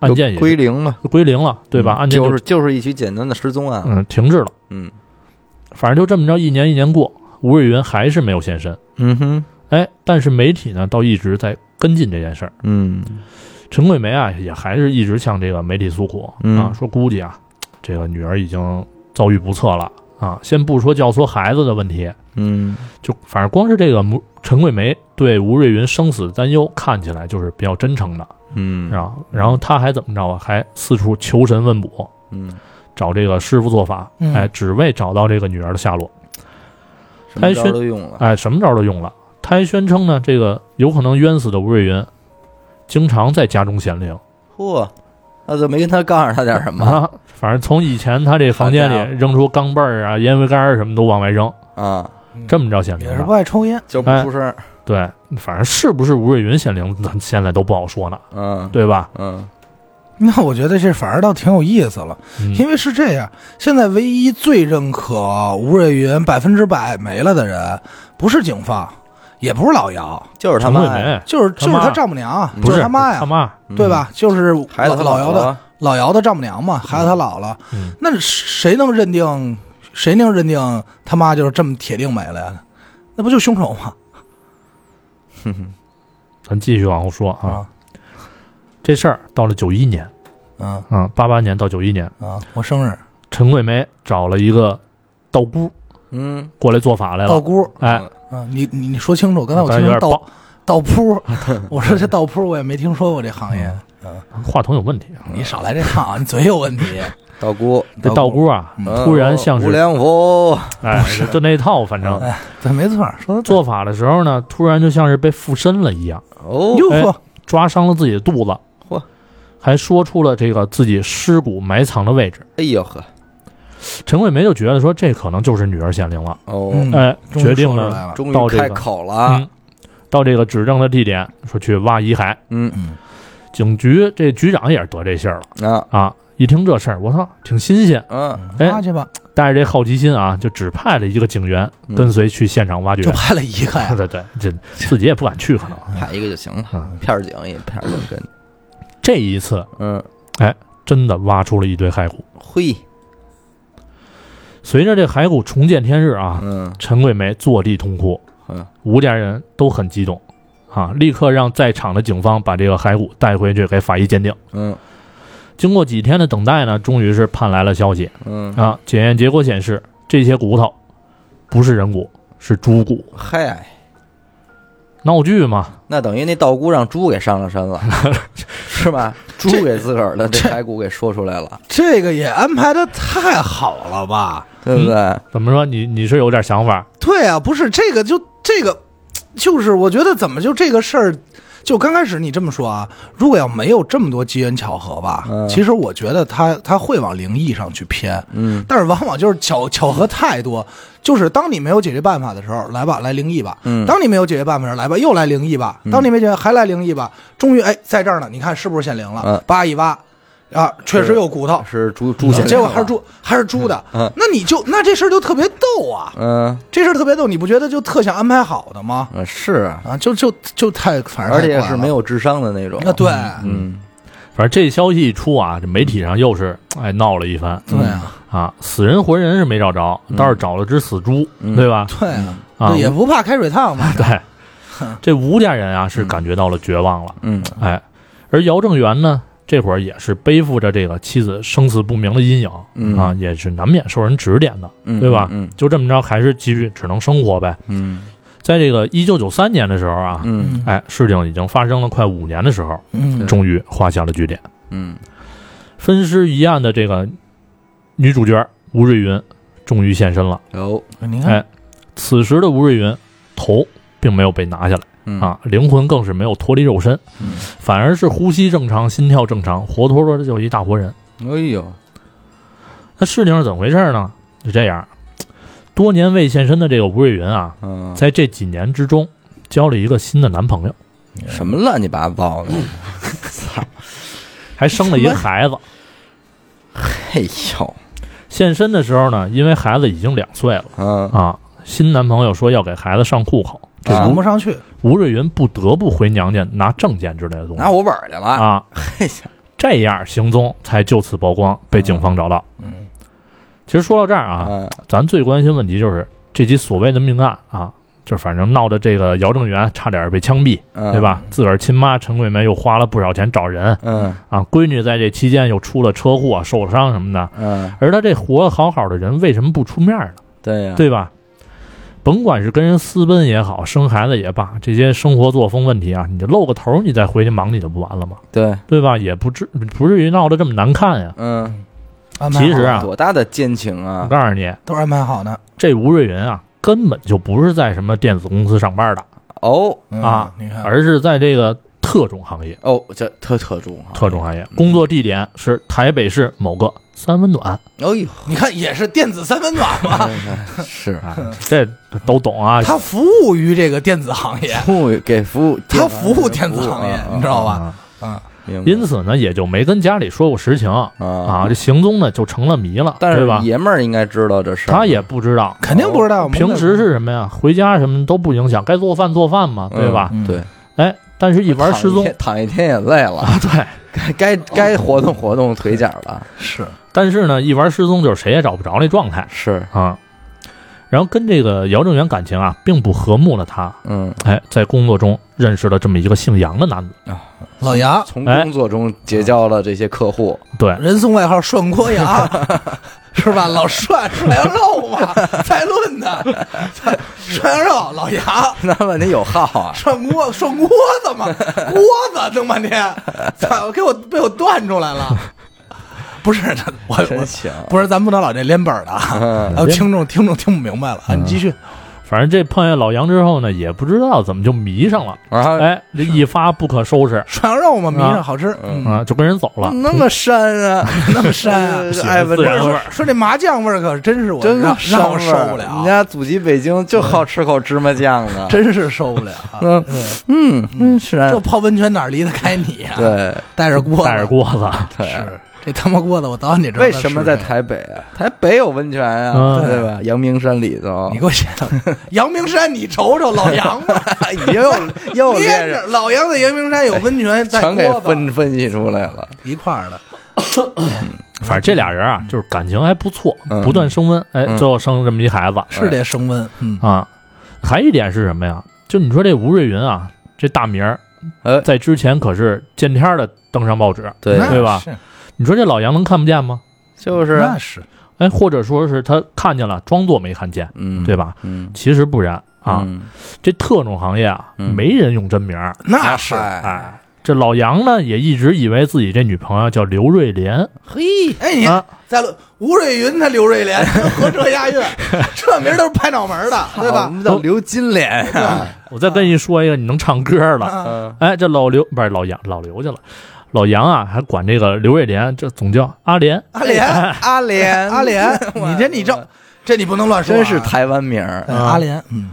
Speaker 1: 案件也
Speaker 2: 就归零嘛，
Speaker 1: 就归零了，对吧？
Speaker 2: 嗯
Speaker 1: 案件
Speaker 2: 就是就是一起简单的失踪案，
Speaker 1: 嗯停滞了。
Speaker 2: 嗯
Speaker 1: 反正就这么着，一年一年过，吴瑞云还是没有现身。
Speaker 2: 嗯哼，
Speaker 1: 哎，但是媒体呢，倒一直在跟进这件事儿。
Speaker 2: 嗯
Speaker 1: 陈桂梅啊，也还是一直向这个媒体诉苦、
Speaker 2: 嗯
Speaker 1: 啊，说估计啊，这个女儿已经遭遇不测了啊。先不说教唆孩子的问题，
Speaker 2: 嗯
Speaker 1: 就反正光是这个吴陈桂梅对吴瑞云生死的担忧，看起来就是比较真诚的
Speaker 2: 嗯
Speaker 1: 啊。然后她还怎么着啊？还四处求神问卜，
Speaker 2: 嗯，
Speaker 1: 找这个师傅做法，
Speaker 3: 嗯
Speaker 1: 哎，只为找到这个女儿的下落。
Speaker 2: 嗯什么
Speaker 1: 他
Speaker 2: 招
Speaker 1: 宣
Speaker 2: 都用了，
Speaker 1: 哎，什么招儿都用了。他还宣称呢，这个有可能冤死的吴瑞云，经常在家中显灵
Speaker 2: 嚯，那就没跟他告诉他点什么
Speaker 1: 啊。反正从以前他这房间
Speaker 2: 好家伙
Speaker 1: 里扔出钢镚儿啊、烟灰缸儿什么都往外扔，
Speaker 2: 啊，
Speaker 1: 这么着显灵
Speaker 3: 嗯也是不
Speaker 1: 的。
Speaker 3: 爱抽烟，
Speaker 2: 就不出声儿，
Speaker 1: 对，反正是不是吴瑞云显灵，咱现在都不好说呢，
Speaker 2: 嗯
Speaker 1: 对吧？
Speaker 2: 嗯
Speaker 3: 那我觉得这反而倒挺有意思了，
Speaker 1: 嗯
Speaker 3: 因为是这样，现在唯一最认可吴瑞云百分之百没了的人，不是警方，也不是老姚，
Speaker 2: 就是他
Speaker 1: 陈桂
Speaker 2: 妈呀，
Speaker 1: 梅
Speaker 3: 就是就
Speaker 1: 他
Speaker 3: 是
Speaker 1: 妈
Speaker 3: 他丈母娘，啊
Speaker 1: 不
Speaker 3: 就是他妈
Speaker 1: 他
Speaker 3: 呀，
Speaker 1: 妈，
Speaker 3: 对吧？就是
Speaker 2: 孩子
Speaker 3: 老
Speaker 2: 他
Speaker 3: 老姚
Speaker 2: 姥姥
Speaker 3: 的
Speaker 2: 啊，
Speaker 3: 老姚的丈母娘嘛，孩子他姥姥，
Speaker 1: 嗯
Speaker 3: 那谁能认定谁能认定他妈就是这么铁定没了呀？那不就凶手吗？
Speaker 1: 咱继续往后说啊。
Speaker 3: 啊
Speaker 1: 这事儿到了九一年，
Speaker 3: 啊
Speaker 1: 啊，八八年到九一年，
Speaker 3: 啊！我生日，
Speaker 1: 陈桂梅找了一个道姑
Speaker 2: 嗯，
Speaker 1: 过来做法来
Speaker 3: 道
Speaker 1: 了。
Speaker 3: 姑
Speaker 1: 哎，
Speaker 3: 啊！你你你说清楚，刚才我
Speaker 1: 咱
Speaker 3: 听
Speaker 1: 有点
Speaker 3: 成道
Speaker 1: 暴，
Speaker 3: 道铺，
Speaker 1: 啊
Speaker 3: 我说这道铺我也没听说过这行业，
Speaker 1: 话筒有问题啊。
Speaker 3: 你少来这套，你嘴有问题。
Speaker 2: 道姑，
Speaker 1: 这道姑啊，
Speaker 2: 嗯
Speaker 1: 突然像是
Speaker 2: 无良福，
Speaker 1: 哎， 就那一套，反正
Speaker 3: 哎，对，没错，说
Speaker 1: 做法的时候呢，突然就像是被附身了一样，
Speaker 2: 哦，
Speaker 3: 哟
Speaker 1: 哎
Speaker 3: 呵，
Speaker 1: 抓伤了自己的肚子，
Speaker 2: 嚯，
Speaker 1: 还说出了这个自己尸骨埋藏的位置。
Speaker 2: 哎呦呵，
Speaker 1: 陈桂梅就觉得说，这可能就是女儿显灵了，
Speaker 2: 哦，啊
Speaker 3: 嗯
Speaker 1: 哎，
Speaker 3: 终于
Speaker 1: 决定
Speaker 3: 说出
Speaker 1: 了
Speaker 3: 来了，
Speaker 2: 终
Speaker 1: 到
Speaker 2: 于
Speaker 1: 这
Speaker 2: 开
Speaker 1: 个
Speaker 2: 口了，
Speaker 1: 嗯，到这个指证的地点，说去挖遗骸。
Speaker 2: 嗯
Speaker 1: 警局这局长也是得这信儿了
Speaker 2: 啊，
Speaker 1: 啊，一听这事儿，我操，挺新鲜，
Speaker 2: 嗯
Speaker 1: 哎
Speaker 3: 挖去吧，
Speaker 1: 带着这好奇心啊，就只派了一个警员
Speaker 2: 嗯
Speaker 1: 跟随去现场挖掘
Speaker 3: 就。拍了一个呀。
Speaker 1: 对对，这自己也不敢去，可能。
Speaker 2: 派一个就行了，
Speaker 1: 嗯
Speaker 2: 片儿警也片儿警跟，
Speaker 1: 这一次
Speaker 2: 嗯，
Speaker 1: 真的挖出了一堆骸骨。
Speaker 2: 嘿，
Speaker 1: 随着这骸骨重见天日啊，
Speaker 2: 嗯
Speaker 1: 陈桂梅坐地痛哭
Speaker 2: 嗯，
Speaker 1: 吴家人都很激动啊，立刻让在场的警方把这个骸骨带回去给法医鉴定。
Speaker 2: 嗯
Speaker 1: 经过几天的等待呢，终于是盼来了消息
Speaker 2: 嗯，
Speaker 1: 啊，检验结果显示这些骨头不是人骨，是猪骨，
Speaker 2: 嗨，
Speaker 1: 闹剧嘛。
Speaker 2: 那等于那道姑让猪给上了身了，是吧？猪给自个儿的这
Speaker 3: 这嗯
Speaker 2: 骸骨给说出来了，
Speaker 3: 这个也安排的太好了吧？
Speaker 2: 对不对？
Speaker 1: 怎么说你你是有点想法？
Speaker 3: 对啊，不是这个就这个，就是我觉得怎么就这个事儿，就刚开始你这么说啊，如果要没有这么多机缘巧合吧，
Speaker 2: 嗯
Speaker 3: 其实我觉得他他会往灵异上去偏，
Speaker 2: 嗯
Speaker 3: 但是往往就是巧巧合太多，就是当你没有解决办法的时候，来吧，来灵异吧。
Speaker 2: 嗯
Speaker 3: 当你没有解决办法的时候，来吧，又来灵异吧。当你没解决，还来灵异吧。终于，哎，在这儿呢，你看是不是显灵
Speaker 2: 嗯
Speaker 3: 了？扒一挖，啊，确实有骨头，
Speaker 2: 是猪猪先，
Speaker 3: 结果还是，猪，还是猪的。
Speaker 2: 嗯
Speaker 3: 那你就那这事儿就特别逗啊。
Speaker 2: 嗯
Speaker 3: 这事儿特别逗，你不觉得就特想安排好的吗？
Speaker 2: 嗯是啊，
Speaker 3: 啊，就就就太反正
Speaker 2: 而且
Speaker 3: 太怪
Speaker 2: 是
Speaker 3: 了
Speaker 2: 没有智商的那种，
Speaker 3: 啊，对
Speaker 2: 嗯，
Speaker 1: 反正这消息一出啊，这媒体上又是哎闹了一番
Speaker 3: 对
Speaker 2: 嗯
Speaker 3: 啊
Speaker 1: 啊，死人活人是没找着，倒是找了只死猪，
Speaker 2: 嗯
Speaker 1: 对吧？
Speaker 3: 对啊，
Speaker 1: 啊。
Speaker 3: 对也不怕开水烫嘛
Speaker 1: 对，
Speaker 3: 嗯
Speaker 1: 这吴家人啊是感觉到了绝望了，
Speaker 2: 嗯
Speaker 1: 哎，而姚正元呢，这会儿也是背负着这个妻子生死不明的阴影、
Speaker 2: 嗯
Speaker 1: 啊，也是难免受人指点的。
Speaker 2: 嗯
Speaker 1: 对吧
Speaker 2: 嗯
Speaker 1: 就这么着，还是继续只能生活呗。
Speaker 2: 嗯
Speaker 1: 在这个一九九三年的时候啊，
Speaker 2: 嗯
Speaker 1: 哎，事情已经发生了快五年的时候，
Speaker 3: 嗯
Speaker 1: 终于画下了句点。
Speaker 2: 嗯
Speaker 1: 分尸一案的这个女主角吴瑞云终于现身了。
Speaker 2: 有
Speaker 3: 你看，
Speaker 1: 哎此时的吴瑞云头并没有被拿下来。
Speaker 2: 嗯
Speaker 1: 啊，灵魂更是没有脱离肉身，
Speaker 2: 嗯
Speaker 1: 反而是呼吸正常、心跳正常，活脱脱的就是一大活人。
Speaker 2: 哎呦
Speaker 1: 那事情是怎么回事呢？是这样，多年未现身的这个吴瑞云啊，
Speaker 2: 嗯
Speaker 1: 在这几年之中交了一个新的男朋友，
Speaker 2: 什么乱七八糟的
Speaker 1: 还生了一孩子。
Speaker 2: 嘿呦
Speaker 1: 现身的时候呢，因为孩子已经两岁了
Speaker 2: 嗯
Speaker 1: 啊，新男朋友说要给孩子上户口，这
Speaker 2: 啊
Speaker 3: 缝不上去，
Speaker 1: 吴瑞云不得不回娘家拿证件之类的东西
Speaker 2: 拿户本儿去了
Speaker 1: 啊，
Speaker 2: 嘿呀
Speaker 1: 这样行踪才就此曝光，被警方找到。
Speaker 3: 嗯，
Speaker 1: 其实说到这儿啊，
Speaker 2: 嗯
Speaker 1: 咱最关心问题就是这起所谓的命案啊，就反正闹的这个姚正元差点被枪毙，
Speaker 3: 啊
Speaker 2: 嗯
Speaker 1: 对吧？自个儿亲妈陈桂梅又花了不少钱找人
Speaker 2: 嗯
Speaker 1: 啊，闺女在这期间又出了车祸受了伤什么的，
Speaker 2: 嗯
Speaker 1: 而他这活得好好的人为什么不出面呢？
Speaker 2: 对
Speaker 3: 嗯
Speaker 2: 呀
Speaker 1: 对吧？甭管是跟人私奔也好，生孩子也罢，这些生活作风问题啊，你就露个头，你再回去忙你就不完了吗？
Speaker 2: 对
Speaker 1: 对吧？也不至不至于闹得这么难看呀。
Speaker 2: 嗯
Speaker 3: 安排好
Speaker 1: 其实啊，
Speaker 2: 多大的奸情
Speaker 1: 我
Speaker 2: 啊
Speaker 1: 告诉你，
Speaker 3: 都安排好呢。
Speaker 1: 这吴瑞云啊，根本就不是在什么电子公司上班的，
Speaker 2: 哦
Speaker 3: 嗯
Speaker 1: 啊
Speaker 3: 你看，
Speaker 1: 而是在这个特种行业。
Speaker 2: 哦这特特重啊
Speaker 1: 特种行业工作地点是台北市某个三温暖，
Speaker 2: 哎呦
Speaker 3: 你看也是电子三温暖嘛，
Speaker 2: 是
Speaker 1: 啊、这都懂啊。
Speaker 3: 它服务于这个电子行业，
Speaker 2: 服务给服务
Speaker 3: 它服务电子行业，你知道吧？
Speaker 1: 啊，
Speaker 2: 因
Speaker 1: 因此呢，也就没跟家里说过实情啊。
Speaker 2: 啊，
Speaker 1: 这行踪呢就成了谜了，
Speaker 2: 但
Speaker 1: 对
Speaker 2: 是
Speaker 1: 吧？
Speaker 2: 爷们儿应该知道这事儿，
Speaker 1: 他也不知道，
Speaker 3: 肯定不知道。
Speaker 1: 平时是什么呀？回家什么都不影响，该做饭做饭嘛，
Speaker 2: 嗯
Speaker 1: 对吧？
Speaker 3: 嗯
Speaker 2: 对，
Speaker 1: 哎，但是一玩失踪
Speaker 2: 躺一天躺一天也累了，
Speaker 1: 啊，对。
Speaker 2: 该该该活动活动腿脚 了，
Speaker 3: 是
Speaker 1: 但是呢，一玩失踪就是谁也找不着那状态
Speaker 2: 是，
Speaker 1: 啊。然后跟这个姚正元感情啊并不和睦的他，
Speaker 2: 嗯，
Speaker 1: 哎，在工作中认识了这么一个姓杨的男子，
Speaker 3: 老杨，
Speaker 2: 从
Speaker 1: 哎
Speaker 2: 工作中结交了这些客 户，
Speaker 1: 对，
Speaker 3: 人送外号“涮锅羊”，是吧？老涮涮羊肉嘛，蔡论的涮羊肉，老杨
Speaker 2: 那问题有号 啊，
Speaker 3: 涮锅涮锅子嘛，锅子弄半天，操，给我被我断出来了。不是，我
Speaker 2: 真
Speaker 3: 我
Speaker 2: 行，
Speaker 3: 不是，咱不能老这连本儿的啊！
Speaker 2: 嗯
Speaker 3: 然后听众听众听不明白了啊，你继续。
Speaker 1: 反正这碰见老杨之后呢，也不知道怎么就迷上了，
Speaker 2: 然后
Speaker 1: 哎，这一发不可收拾
Speaker 3: 涮羊肉嘛，迷
Speaker 1: 啊
Speaker 3: 上好吃，嗯，
Speaker 1: 啊，就跟人走了。
Speaker 2: 那么膻 啊，
Speaker 3: 那么膻 啊！
Speaker 2: 哎，文
Speaker 1: 自然
Speaker 2: 章
Speaker 1: 味儿
Speaker 3: 说这麻酱味儿可真是我
Speaker 2: 真
Speaker 3: 让
Speaker 2: 膻
Speaker 3: 让我
Speaker 2: 味
Speaker 3: 受
Speaker 2: 儿
Speaker 3: 不
Speaker 2: 人
Speaker 3: 了，
Speaker 2: 家祖籍北京就好吃口芝麻酱啊，
Speaker 3: 真是受不了啊。
Speaker 2: 嗯
Speaker 3: 对
Speaker 2: 嗯嗯
Speaker 3: 这
Speaker 2: 膻，
Speaker 3: 泡温泉哪儿离得开你啊呀、，
Speaker 2: 对
Speaker 3: 带着锅，
Speaker 1: 带着，锅 子，
Speaker 2: 对。
Speaker 3: 是这他妈锅子，我早你知道它
Speaker 2: 为
Speaker 3: 是谁。
Speaker 2: 什么在台北啊？台北有温泉啊，
Speaker 1: 嗯
Speaker 2: 对吧？阳明山里头
Speaker 3: 你，给我写到 阳明山，你瞅瞅老杨吧，
Speaker 2: 也有也有猎
Speaker 3: 连
Speaker 2: 人
Speaker 3: 着，老杨在阳明山有温泉，带
Speaker 2: 哎全给
Speaker 3: 锅子
Speaker 2: 分分析出来了。
Speaker 3: 一块儿的。
Speaker 1: 反正这俩人啊，就是感情还不错，
Speaker 2: 嗯
Speaker 1: 不断升温，哎，
Speaker 2: 嗯
Speaker 1: 最后生了这么一孩子
Speaker 3: 是得升温，嗯，
Speaker 1: 啊。还一点是什么呀？就你说这吴瑞云啊，这大名儿
Speaker 2: 呃，
Speaker 1: 在之前可是见天儿的登上报纸。
Speaker 2: 对，
Speaker 3: 那
Speaker 1: 对吧
Speaker 3: 是
Speaker 1: 你说这老杨能看不见吗？
Speaker 2: 就是啊
Speaker 3: 那，是，
Speaker 1: 哎，或者说是他看见了，装作没看见，
Speaker 2: 嗯，
Speaker 1: 对吧？
Speaker 2: 嗯？嗯
Speaker 1: 其实不然啊，
Speaker 2: 嗯
Speaker 1: 这特种行业啊，
Speaker 2: 嗯
Speaker 1: 没人用真名儿。
Speaker 3: 那是，
Speaker 2: 哎
Speaker 1: 哎，这老杨呢，也一直以为自己这女朋友叫刘瑞莲
Speaker 3: 嘿，哎，你看
Speaker 1: 啊，
Speaker 3: 在吴瑞云他刘瑞莲和这 押韵，这名儿都是拍脑门儿的，对
Speaker 2: 我
Speaker 3: 吧？
Speaker 2: 们叫刘金莲呀，
Speaker 1: 我再跟你说一个，你能唱歌了。
Speaker 3: 啊，
Speaker 2: 嗯
Speaker 1: 哎，这老刘不是老杨，老刘去了。老杨啊，还管这个刘瑞莲，这总叫阿莲。
Speaker 3: 阿莲，
Speaker 2: 阿莲，
Speaker 3: 阿莲，
Speaker 2: 我
Speaker 3: 你这你这这你不能乱说啊，
Speaker 2: 真是台湾名儿，
Speaker 3: 哎阿莲，嗯。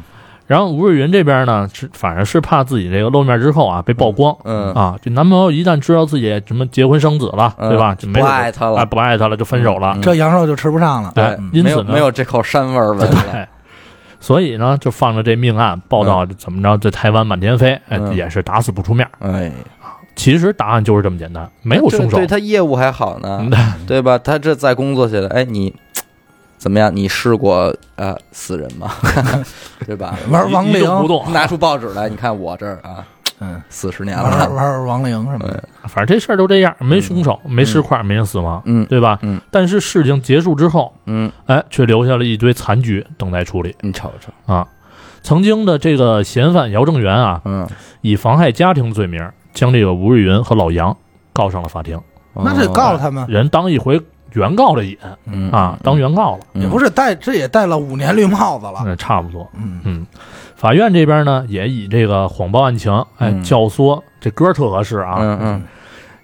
Speaker 1: 然后吴瑞云这边呢，是反正是怕自己这个露面之后啊被曝光。
Speaker 2: 嗯
Speaker 1: 啊，这男朋友一旦知道自己什么结婚生子了，
Speaker 2: 嗯
Speaker 1: 对吧？就没准
Speaker 2: 不爱他了嗯
Speaker 1: 哎不爱他了就分手了。
Speaker 3: 这羊肉就吃不上了。
Speaker 1: 哎
Speaker 2: 对，
Speaker 1: 因
Speaker 2: 没
Speaker 1: 此
Speaker 2: 有
Speaker 1: 呢
Speaker 2: 没有这口山味儿闻了，
Speaker 1: 哎，所以呢，就放着这命案报道怎么着，这台湾满天飞，哎，
Speaker 2: 嗯
Speaker 1: 也是打死不出面。
Speaker 2: 哎，
Speaker 1: 其实答案就是这么简单， 没有凶手
Speaker 2: 啊对。他业务还好 呢，对吧？他这在工作起来，哎，你怎么样？你试过呃 死人吗？对吧？
Speaker 3: 玩亡
Speaker 1: 一动不
Speaker 3: 灵，
Speaker 1: 动，
Speaker 2: 拿出报纸来，你看我这儿啊，
Speaker 3: 嗯，
Speaker 2: 四十年
Speaker 3: 玩
Speaker 1: 啊
Speaker 2: 了，
Speaker 3: 玩亡灵什么的，
Speaker 1: 反正这事儿都这样，没凶手，没尸块，没人死亡，
Speaker 2: 嗯
Speaker 1: 对吧？
Speaker 2: 嗯。
Speaker 1: 但是事情结束之后，
Speaker 2: 嗯，
Speaker 1: 哎，却留下了一堆残局等待处理
Speaker 2: 你瞅瞅，
Speaker 1: 啊。曾经的这个嫌犯姚正元啊，
Speaker 2: 嗯，
Speaker 1: 以妨害家庭罪名，将这个吴瑞云和老杨告上了法庭。
Speaker 3: 那
Speaker 1: 哦
Speaker 3: 得告他们，
Speaker 1: 人当一回原告的瘾
Speaker 2: 哦嗯，
Speaker 1: 啊，当原告了，
Speaker 2: 嗯
Speaker 3: 也不是戴这也戴了五年绿帽子了，
Speaker 1: 那差不多。
Speaker 3: 嗯
Speaker 1: 嗯，法院这边呢，也以这个谎报案情，哎，
Speaker 2: 嗯
Speaker 1: 教唆这歌特合适啊，
Speaker 2: 嗯嗯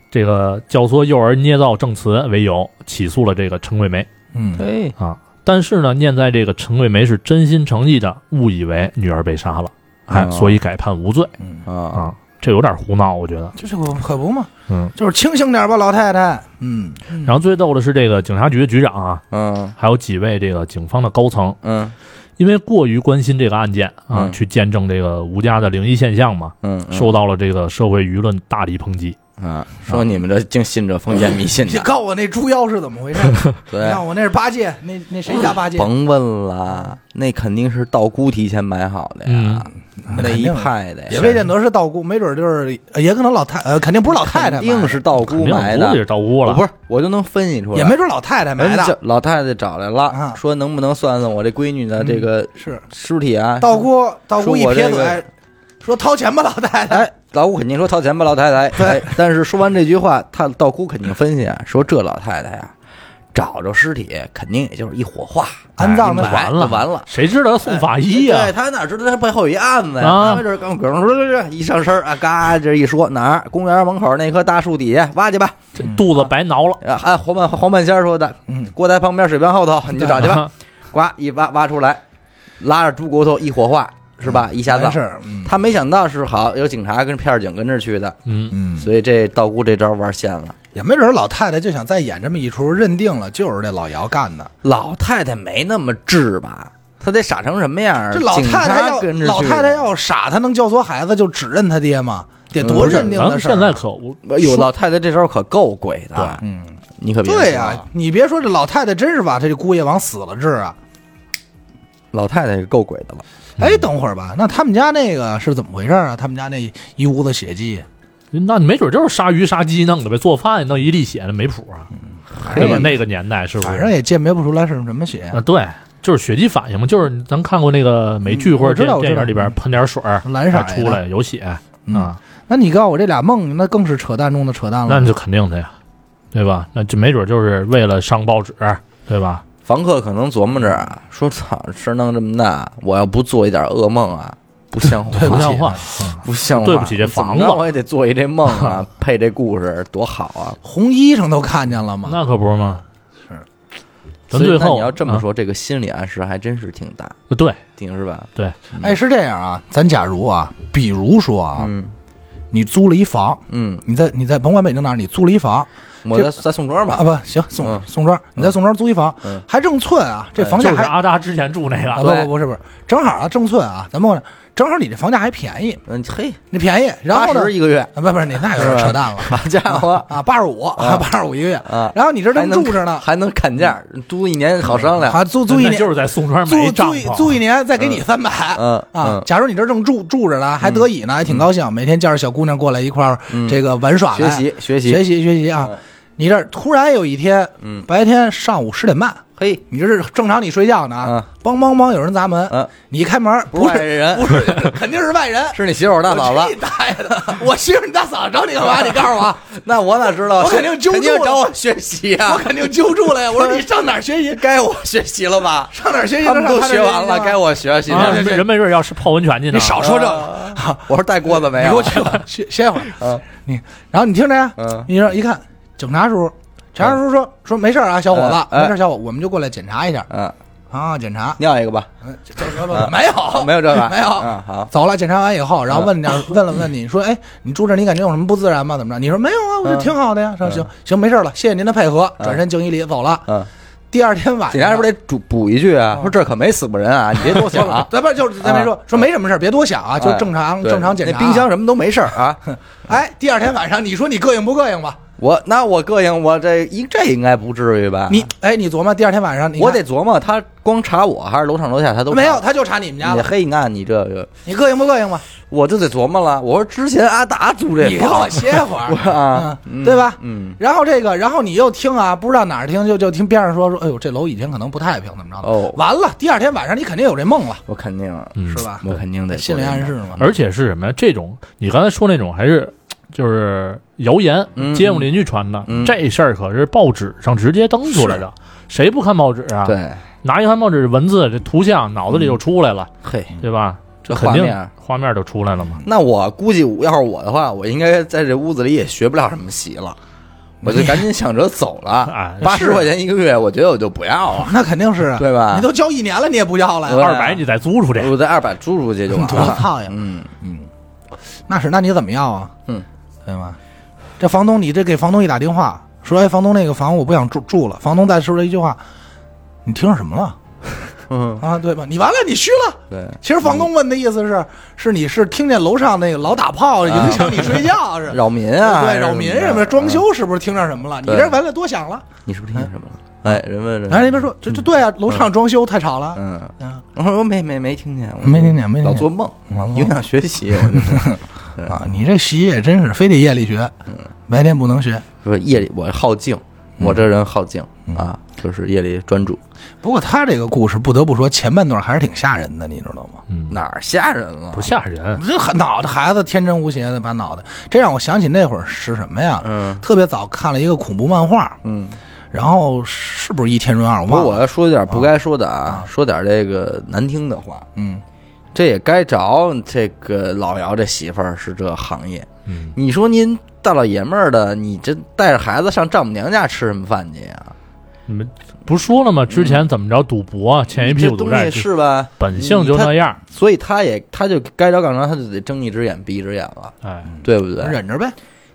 Speaker 1: 这个教唆幼儿捏造证词为由，起诉了这个陈桂梅。
Speaker 3: 嗯，
Speaker 2: 哎，
Speaker 1: 啊。但是呢，念在这个陈桂梅是真心诚意的，误以为女儿被杀了，哎，
Speaker 2: 哦
Speaker 1: 所以改判无罪
Speaker 2: 啊，
Speaker 1: 啊。这有点胡闹，我觉得。
Speaker 3: 就是可可不嘛，
Speaker 1: 嗯，
Speaker 3: 就是清醒点吧，老太太，嗯，
Speaker 1: 然后最逗的是，这个警察局局长啊，
Speaker 2: 嗯
Speaker 1: 还有几位这个警方的高层，
Speaker 2: 嗯
Speaker 1: 因为过于关心这个案件啊，
Speaker 2: 嗯
Speaker 1: 去见证这个吴家的灵异现象嘛，
Speaker 2: 嗯，
Speaker 1: 受到了这个社会舆论大力抨击。
Speaker 2: 啊，说你们这净信这封建迷信
Speaker 3: 你
Speaker 2: 的，
Speaker 3: 告我那猪妖是怎么回事？你
Speaker 2: 对，
Speaker 3: 看我那是八戒，那那谁家八戒？
Speaker 2: 甭问了，那肯定是道姑提前买好的呀，那一派的呀，
Speaker 3: 嗯也未见得是道姑，没准就是呃也可能老太呃，肯定不是老太太
Speaker 2: 肯
Speaker 3: 买的，
Speaker 2: 定是道
Speaker 1: 肯
Speaker 2: 姑
Speaker 1: 定
Speaker 2: 埋
Speaker 1: 估
Speaker 2: 嗯的
Speaker 1: 计，是到屋
Speaker 2: 我
Speaker 1: 了，
Speaker 2: 不是，我就能分析出来，
Speaker 3: 也没准老太太买
Speaker 2: 人家
Speaker 3: 的，
Speaker 2: 老太太找来了
Speaker 3: 啊，嗯
Speaker 2: 说能不能算算我这闺女的这个
Speaker 3: 是
Speaker 2: 尸体啊？
Speaker 3: 道姑道姑一
Speaker 2: 说我
Speaker 3: 撇
Speaker 2: 这个
Speaker 3: 嘴说掏钱吧，老太太。
Speaker 2: 哎，老姑肯定说掏钱吧，老太太。哎，但是说完这句话，他道姑肯定分析啊，说这老太太呀、找着尸体肯定也就是一火化，
Speaker 3: 安葬
Speaker 2: 哎
Speaker 3: 的
Speaker 2: 就完
Speaker 1: 了
Speaker 2: 就完了。
Speaker 1: 谁知道送法医啊呀、
Speaker 2: 对他哪知道他背后有一案子呀？
Speaker 1: 啊
Speaker 2: 他们这刚梗说一上身儿啊，嘎这一说哪儿公园门口那棵大树底下挖去吧。
Speaker 1: 这肚子白挠了，
Speaker 2: 啊，按黄半黄半仙儿说的，
Speaker 3: 嗯
Speaker 2: 锅台旁边水边后头你就找去吧。
Speaker 1: 啊
Speaker 2: 呱一挖挖出来，拉着猪骨头一火化是吧？一下
Speaker 3: 完
Speaker 2: 葬
Speaker 3: 事。儿，嗯
Speaker 2: 他没想到是好有警察跟片儿警跟着去的，
Speaker 1: 嗯，
Speaker 3: 嗯，
Speaker 2: 所以这道姑这招玩线了。
Speaker 3: 也没准老太太就想再演这么一出，认定了就是这老姚干的。
Speaker 2: 老太太没那么智吧？她得傻成什么样儿？
Speaker 3: 这老太太
Speaker 2: 警
Speaker 3: 要
Speaker 2: 察跟着去
Speaker 3: 老太太要傻，她能教唆孩子就只认他爹吗？得多
Speaker 2: 嗯
Speaker 3: 认定
Speaker 1: 咱
Speaker 3: 的
Speaker 1: 们
Speaker 3: 事儿啊。
Speaker 1: 现在可我
Speaker 2: 有哎老太太这招可够鬼的，啊
Speaker 3: 嗯，
Speaker 2: 你可别
Speaker 3: 对
Speaker 2: 呀、
Speaker 3: 呀、
Speaker 1: 啊
Speaker 3: 你别说这老太太真是把这姑爷往死了治啊。
Speaker 2: 老太太是够鬼的了。
Speaker 1: 嗯
Speaker 3: 哎，等会儿吧，那他们家那个是怎么回事啊？他们家那一屋子血迹，
Speaker 1: 那没准就是杀鱼杀鸡弄的呗，做饭弄一粒血的没谱啊，对吧？那个年代是不是？
Speaker 3: 嗯反正也鉴别不出来是什么血，
Speaker 1: 啊，对，就是血迹反应嘛，就是咱看过那个美剧
Speaker 3: 嗯
Speaker 1: 或者
Speaker 3: 我知
Speaker 1: 电
Speaker 3: 道我知
Speaker 1: 电
Speaker 3: 道
Speaker 1: 影里边喷点水儿，
Speaker 3: 蓝色
Speaker 1: 它出来有血啊，
Speaker 3: 嗯那你告诉我这俩梦，那更是扯淡中的扯淡了。
Speaker 1: 那就肯定的呀，对吧？那就没准就是为了上报纸，对吧？
Speaker 2: 房客可能琢磨着啊，说操，事儿弄这么大，我要不做一点噩梦啊，不像话，
Speaker 1: 不像话，嗯
Speaker 2: 不像话，
Speaker 1: 对不起这房子
Speaker 2: 怎么着我也得做一这梦 啊，配这故事多好啊！
Speaker 3: 红衣裳都看见了吗？
Speaker 1: 那可不是吗？
Speaker 3: 是，
Speaker 1: 咱
Speaker 2: 所以
Speaker 1: 最
Speaker 2: 那
Speaker 1: 后
Speaker 2: 你要这么
Speaker 1: 啊
Speaker 2: 说，这个心理暗示还真是挺大，
Speaker 1: 对
Speaker 2: 挺是吧？
Speaker 1: 对，
Speaker 3: 哎，是这样啊，咱假如啊，比如说啊，
Speaker 2: 嗯
Speaker 3: 你租了一房，
Speaker 2: 嗯，
Speaker 3: 你在你在甭管北京哪儿，你租了一房
Speaker 2: 我在在宋庄吧，
Speaker 3: 啊， 不行，宋、
Speaker 2: 嗯
Speaker 3: 宋庄，你在宋庄租一房，
Speaker 2: 嗯哎
Speaker 3: 还正寸啊，这房
Speaker 1: 就
Speaker 3: 价
Speaker 1: 是
Speaker 3: 还、
Speaker 1: 阿扎之前住那
Speaker 3: 啊
Speaker 1: 个，
Speaker 3: 不
Speaker 2: 对
Speaker 3: 不不是不是，正好啊正寸啊，咱们正好你这房价还便宜，
Speaker 2: 嗯，嘿，
Speaker 3: 你便宜，然后呢
Speaker 2: 八十，一个月，
Speaker 3: 啊不不是你那有点扯淡了。
Speaker 2: 好家伙，
Speaker 3: 啊，八十五，八十五一个月
Speaker 2: 啊，
Speaker 3: 然后你这
Speaker 2: 还
Speaker 3: 正
Speaker 2: 能
Speaker 3: 住着呢，嗯
Speaker 2: 还能砍价，租一年好商量。
Speaker 3: 啊，租租一
Speaker 1: 那
Speaker 3: 年
Speaker 1: 就是在宋庄
Speaker 3: 租
Speaker 1: 没帐
Speaker 3: 租一
Speaker 1: 篷，
Speaker 3: 租一年，再给你三百、
Speaker 2: 嗯
Speaker 3: 啊
Speaker 2: 嗯！
Speaker 3: 假如你这正住住着呢，还得意呢，还挺高兴，每天叫着小姑娘过来一块儿这个玩耍
Speaker 2: 嗯学
Speaker 3: 来、
Speaker 2: 习学习
Speaker 3: 习学习学习啊！你这儿突然有一天，
Speaker 2: 嗯
Speaker 3: 白天上午十点半，
Speaker 2: 嘿，
Speaker 3: 你这是正常你睡觉呢
Speaker 2: 嗯
Speaker 3: 啊，梆梆梆有人砸门，
Speaker 2: 嗯
Speaker 3: 你一开门
Speaker 2: 不
Speaker 3: 不
Speaker 2: 是外
Speaker 3: 是
Speaker 2: 人，
Speaker 3: 不是 肯定是外人，
Speaker 2: 是你媳妇儿大嫂
Speaker 3: 我
Speaker 2: 子嗯
Speaker 3: 去你。大爷的！我媳妇儿你大嫂子找你干嘛？你告诉我啊，
Speaker 2: 那我哪知道？
Speaker 3: 我肯定揪住
Speaker 2: 肯
Speaker 3: 了
Speaker 2: 定找我学习啊呀、
Speaker 3: 我肯定揪住了呀！啊我说你上哪儿学习？
Speaker 2: 该我学习了吧？
Speaker 3: 上哪儿学习？
Speaker 2: 他们都
Speaker 3: 上哪儿
Speaker 2: 学完了，
Speaker 3: 习
Speaker 2: 该我学习
Speaker 1: 啊
Speaker 2: 了。
Speaker 1: 人没准要是泡温泉去呢。啊
Speaker 3: 你少说这个。
Speaker 2: 我说带锅子没
Speaker 3: 你
Speaker 2: 有？啊
Speaker 3: 给 我去吧，歇歇会儿。
Speaker 2: 嗯
Speaker 3: 你，然后你听着呀，
Speaker 2: 嗯
Speaker 3: 你这一看，警察叔叔，警察叔叔说说没事儿啊，小伙子，
Speaker 2: 嗯嗯
Speaker 3: 没事儿，小伙，我们就过来检查一下
Speaker 2: 嗯，
Speaker 3: 啊，检查，
Speaker 2: 尿一个吧，
Speaker 3: 嗯，这这这没有
Speaker 2: 啊没有这个，
Speaker 3: 没有。
Speaker 2: 嗯，好，
Speaker 3: 走了，检查完以后，然后问点 儿，问了问你说，哎，你住这儿你感觉有什么不自然吗？怎么着？你说没有啊，
Speaker 2: 嗯
Speaker 3: 我觉得挺好的呀。说行行，没事儿了，谢谢您的配合。转身敬一礼，走了。
Speaker 2: 嗯，
Speaker 3: 第二天晚上，
Speaker 2: 警察是不是得补补一句啊？说这可没死过人啊，你别多
Speaker 3: 。
Speaker 2: 想啊嗯哎
Speaker 3: 咱不是就是咱没说说没什么事儿，别多想啊，就正常
Speaker 2: 对
Speaker 3: 正常检查。
Speaker 2: 那冰箱什么都没事儿啊。
Speaker 3: 哎，第二天晚上你说你膈应不膈应吧？
Speaker 2: 我那我膈应，我这一这应该不至于吧？
Speaker 3: 你哎，你琢磨第二天晚上，你看
Speaker 2: 啊我得琢磨，他光查我还是楼上楼下他都查
Speaker 3: 没有，他就查你们家
Speaker 2: 你
Speaker 3: 了，
Speaker 2: 黑你啊看你这个，
Speaker 3: 你膈应不膈应吧？
Speaker 2: 我就得琢磨了。我说之前阿达租这
Speaker 4: 你
Speaker 3: 你给
Speaker 2: 房
Speaker 3: 我歇会儿
Speaker 2: 啊，
Speaker 3: 嗯对吧？
Speaker 2: 嗯，
Speaker 3: 然后这个，然后你又听啊，不知道哪儿听，就就听边上说说，哎呦，这楼以前可能不太平，怎么着的？
Speaker 2: 哦
Speaker 3: 完了，第二天晚上你肯定有这梦了，
Speaker 2: 我肯定，
Speaker 1: 嗯
Speaker 3: 是吧？
Speaker 2: 我肯定得
Speaker 3: 心理暗示嘛。
Speaker 1: 而且是什么呀？这种你刚才说那种还是就是谣言
Speaker 2: 嗯，
Speaker 1: 街坊邻居传的
Speaker 2: 嗯，
Speaker 1: 这事儿可是报纸上直接登出来的，谁不看报纸啊？
Speaker 2: 对，
Speaker 1: 拿一看报纸文字，这图像脑子里就出来了，
Speaker 2: 嘿，
Speaker 1: 对吧？
Speaker 2: 嗯这
Speaker 1: 这肯定
Speaker 2: 画面
Speaker 1: 画面就出来了嘛。
Speaker 2: 那我估计要是我的话，我应该在这屋子里也学不了什么习了，我就赶紧想着走 了
Speaker 3: 啊
Speaker 1: 哎。
Speaker 2: 八十块钱一个月，我觉得我就不要了，
Speaker 3: 那肯定是啊，
Speaker 2: 对吧
Speaker 3: 你都交一年了，你也不要了
Speaker 2: 对啊
Speaker 3: 呀，
Speaker 1: 二百你再租出去，
Speaker 2: 我再二百租出去就完
Speaker 3: 多
Speaker 2: 了。
Speaker 3: 操呀！
Speaker 2: 嗯，
Speaker 3: 那是，那你怎么要啊？
Speaker 2: 嗯，
Speaker 3: 对吗？这房东，你这给房东一打电话，说哎，房东那个房我不想住住了。房东再说了一句话，你听上什么了？
Speaker 2: 嗯，
Speaker 3: 啊，对吧？你完了，你虚了。
Speaker 2: 对，
Speaker 3: 其实房东问的意思是，是你是听见楼上那个老打炮影响你睡觉是？
Speaker 2: 扰民啊，
Speaker 3: 对，扰民什么的，装。修是不是听上什么了？你
Speaker 2: 对
Speaker 3: 这完了多想了。
Speaker 2: 你是不是听见什么了？哎，人问人，
Speaker 3: 然后那边说，这这对啊，楼上装修太吵了。
Speaker 2: 嗯，
Speaker 3: 啊
Speaker 2: 我说没没没听见，我
Speaker 3: 没听见没听见
Speaker 2: 老
Speaker 3: 哦
Speaker 2: 做梦
Speaker 3: 老做，梦
Speaker 2: 影响学习。我就是
Speaker 3: 啊，嗯嗯你这习也真是非得夜里学，白天不能学。
Speaker 2: 说夜里我好静，我这人好静
Speaker 3: 嗯
Speaker 2: 啊，就是夜里专注。
Speaker 3: 不过他这个故事不得不说，前半段还是挺吓人的，你知道吗？
Speaker 2: 哪儿吓人了？
Speaker 1: 不吓人。
Speaker 3: 嗯这很脑袋孩子天真无邪的把脑袋，这让我想起那会儿是什么呀？
Speaker 2: 嗯，
Speaker 3: 特别早看了一个恐怖漫画，
Speaker 2: 嗯，
Speaker 3: 然后是不是《倚天润二》？我
Speaker 2: 不过
Speaker 3: 忘
Speaker 2: 我
Speaker 3: 了。
Speaker 2: 要说点不该说的啊，说点这个难听的话，
Speaker 3: 嗯，
Speaker 2: 这也该着这个老姚这媳妇儿是这行业。
Speaker 1: 嗯，
Speaker 2: 你说您大老爷们儿的，你这带着孩子上丈母娘家吃什么饭去啊呀？
Speaker 1: 你们不是说了吗？之前怎么着赌博欠一屁
Speaker 2: 嗯这
Speaker 1: 股赌
Speaker 2: 东
Speaker 1: 债
Speaker 2: 西，是吧？
Speaker 1: 本性就
Speaker 2: 你
Speaker 1: 那样。
Speaker 2: 他，所以他也他就该着干着，他就得睁一只眼闭一只眼了，
Speaker 1: 哎，
Speaker 2: 对不对？
Speaker 3: 忍着呗。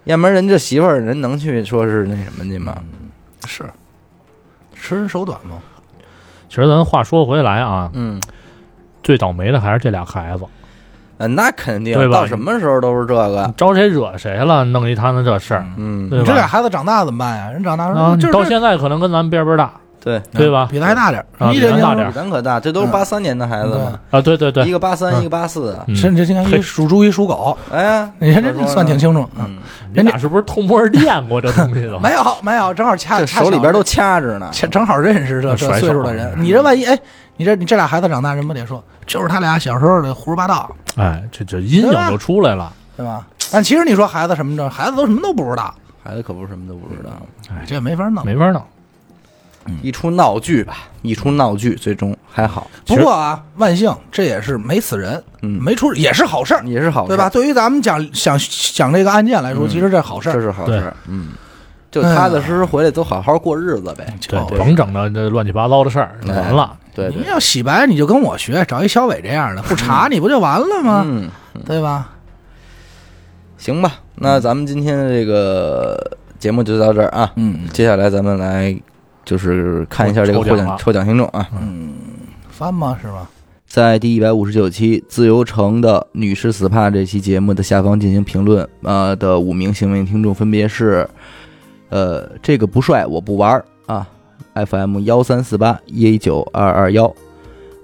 Speaker 2: 要不然人这媳妇儿人能去说是那什么去吗？
Speaker 3: 是，吃人手短嘛。
Speaker 1: 其实咱话说回来啊，
Speaker 2: 嗯，
Speaker 1: 最倒霉的还是这俩孩子，
Speaker 2: 呃那肯定
Speaker 1: 对，吧
Speaker 2: 到什么时候都是这个。
Speaker 1: 招谁惹谁了，弄一摊子这事儿，
Speaker 2: 啊嗯，
Speaker 1: 对
Speaker 3: 你这俩
Speaker 1: 吧？
Speaker 3: 孩子长大怎么办呀？人长大
Speaker 1: 啊，
Speaker 3: 说，
Speaker 1: 你
Speaker 3: 这
Speaker 1: 到现在可能跟咱们边边大
Speaker 2: 对，
Speaker 1: 对吧
Speaker 3: 比他还大点
Speaker 1: 啊
Speaker 3: 儿，
Speaker 1: 比
Speaker 3: 一
Speaker 1: 咱
Speaker 3: 人
Speaker 1: 大点儿
Speaker 2: 咱可大，这都是八三年的孩子了，
Speaker 1: 啊，对对对
Speaker 2: 一，个八三，
Speaker 1: 嗯
Speaker 2: 一个八四。啊
Speaker 1: 嗯
Speaker 3: 甚至应该一
Speaker 1: 嘿
Speaker 3: 属猪一 属狗，
Speaker 2: 哎呀，
Speaker 3: 人家这算挺清楚。嗯，
Speaker 1: 你俩是不是偷摸儿练过这东西都？
Speaker 3: 没有没有，正好掐
Speaker 2: 这手
Speaker 3: 掐
Speaker 2: 里
Speaker 3: 巧
Speaker 2: 边都掐着呢。
Speaker 3: 正正好认识这这
Speaker 1: 甩手
Speaker 3: 岁数的人，你这万一哎，你这你这俩孩子长大，人不得说，就是他俩小时候的胡说八道，
Speaker 1: 哎，这这阴影就出来了。
Speaker 3: 对吧？但其实你说孩子什么的，孩子都什么都不知道，
Speaker 2: 孩子可不是什么都不知道，嗯
Speaker 3: 这没法弄。
Speaker 1: 没法弄，
Speaker 3: 嗯
Speaker 2: 一出闹剧吧，一出闹剧，最终还好，
Speaker 3: 不过啊，万幸这也是没死人，
Speaker 2: 嗯
Speaker 3: 没出也是好事儿，
Speaker 2: 也是好事，嗯
Speaker 3: 对吧？？对于咱们讲想想这个案件来说，其实这是好事
Speaker 2: 这
Speaker 3: 儿。
Speaker 2: 是好事儿
Speaker 1: 对，
Speaker 2: 嗯，就踏踏实实回来，都好好过日子呗。
Speaker 1: 对
Speaker 3: 哦，
Speaker 1: 甭整那这乱七八糟的事儿，
Speaker 2: 哎
Speaker 1: 完了。
Speaker 2: 对
Speaker 3: 你
Speaker 2: 对，
Speaker 3: 要洗白，你就跟我学，找一小伟这样的，不查你不就完了吗？
Speaker 2: 嗯，
Speaker 3: 对吧？
Speaker 2: 行吧，
Speaker 3: 嗯
Speaker 2: 那咱们今天的这个节目就到这儿啊。
Speaker 3: 嗯，
Speaker 2: 接下来咱们来就是看一下这个
Speaker 1: 抽
Speaker 2: 获
Speaker 1: 奖
Speaker 2: 奖
Speaker 1: 了
Speaker 2: 抽奖听众啊，
Speaker 3: 翻吗？是吧？
Speaker 2: 在第一百五十九期自由城的女士 SPA 这期节目的下方进行评论，呃的五名幸运听众分别是，呃，这个不帅我不玩儿啊，FM 幺三四八一九二二幺，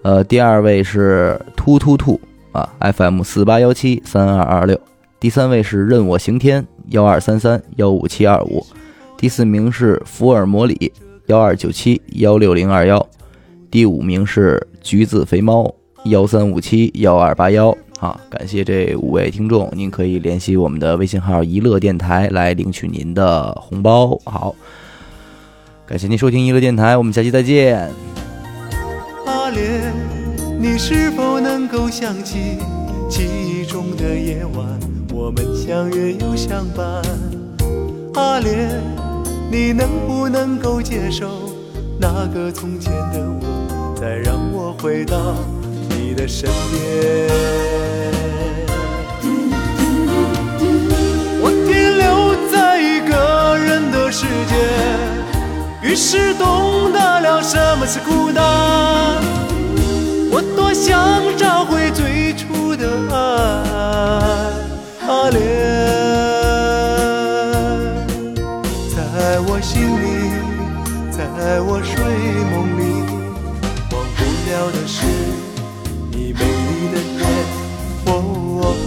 Speaker 2: 呃，第二位是突突兔啊，FM 四八幺七三二二六，第三位是任我行天幺二三三幺五七二五，第四名是福尔摩里幺二九七幺六零二幺。第五名是橘子肥猫幺三五七幺二八幺。好，感谢这五位听众，您可以联系我们的微信号“一乐电台”来领取您的红包。好，感谢您收听一乐电台，我们下期再见。
Speaker 5: 阿莲，你是否能够想起记忆中的夜晚，我们相约又相伴？阿莲，你能不能够接受那个从前的我，再让我回到你的身边？我停留在一个人的世界，于是懂得了什么是孤单。我多想找回最初的爱，阿莲。我心里，在我睡梦里。忘不了的是你美丽的脸，哦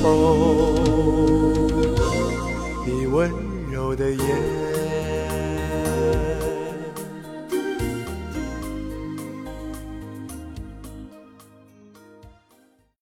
Speaker 5: 哦哦，你温柔的眼。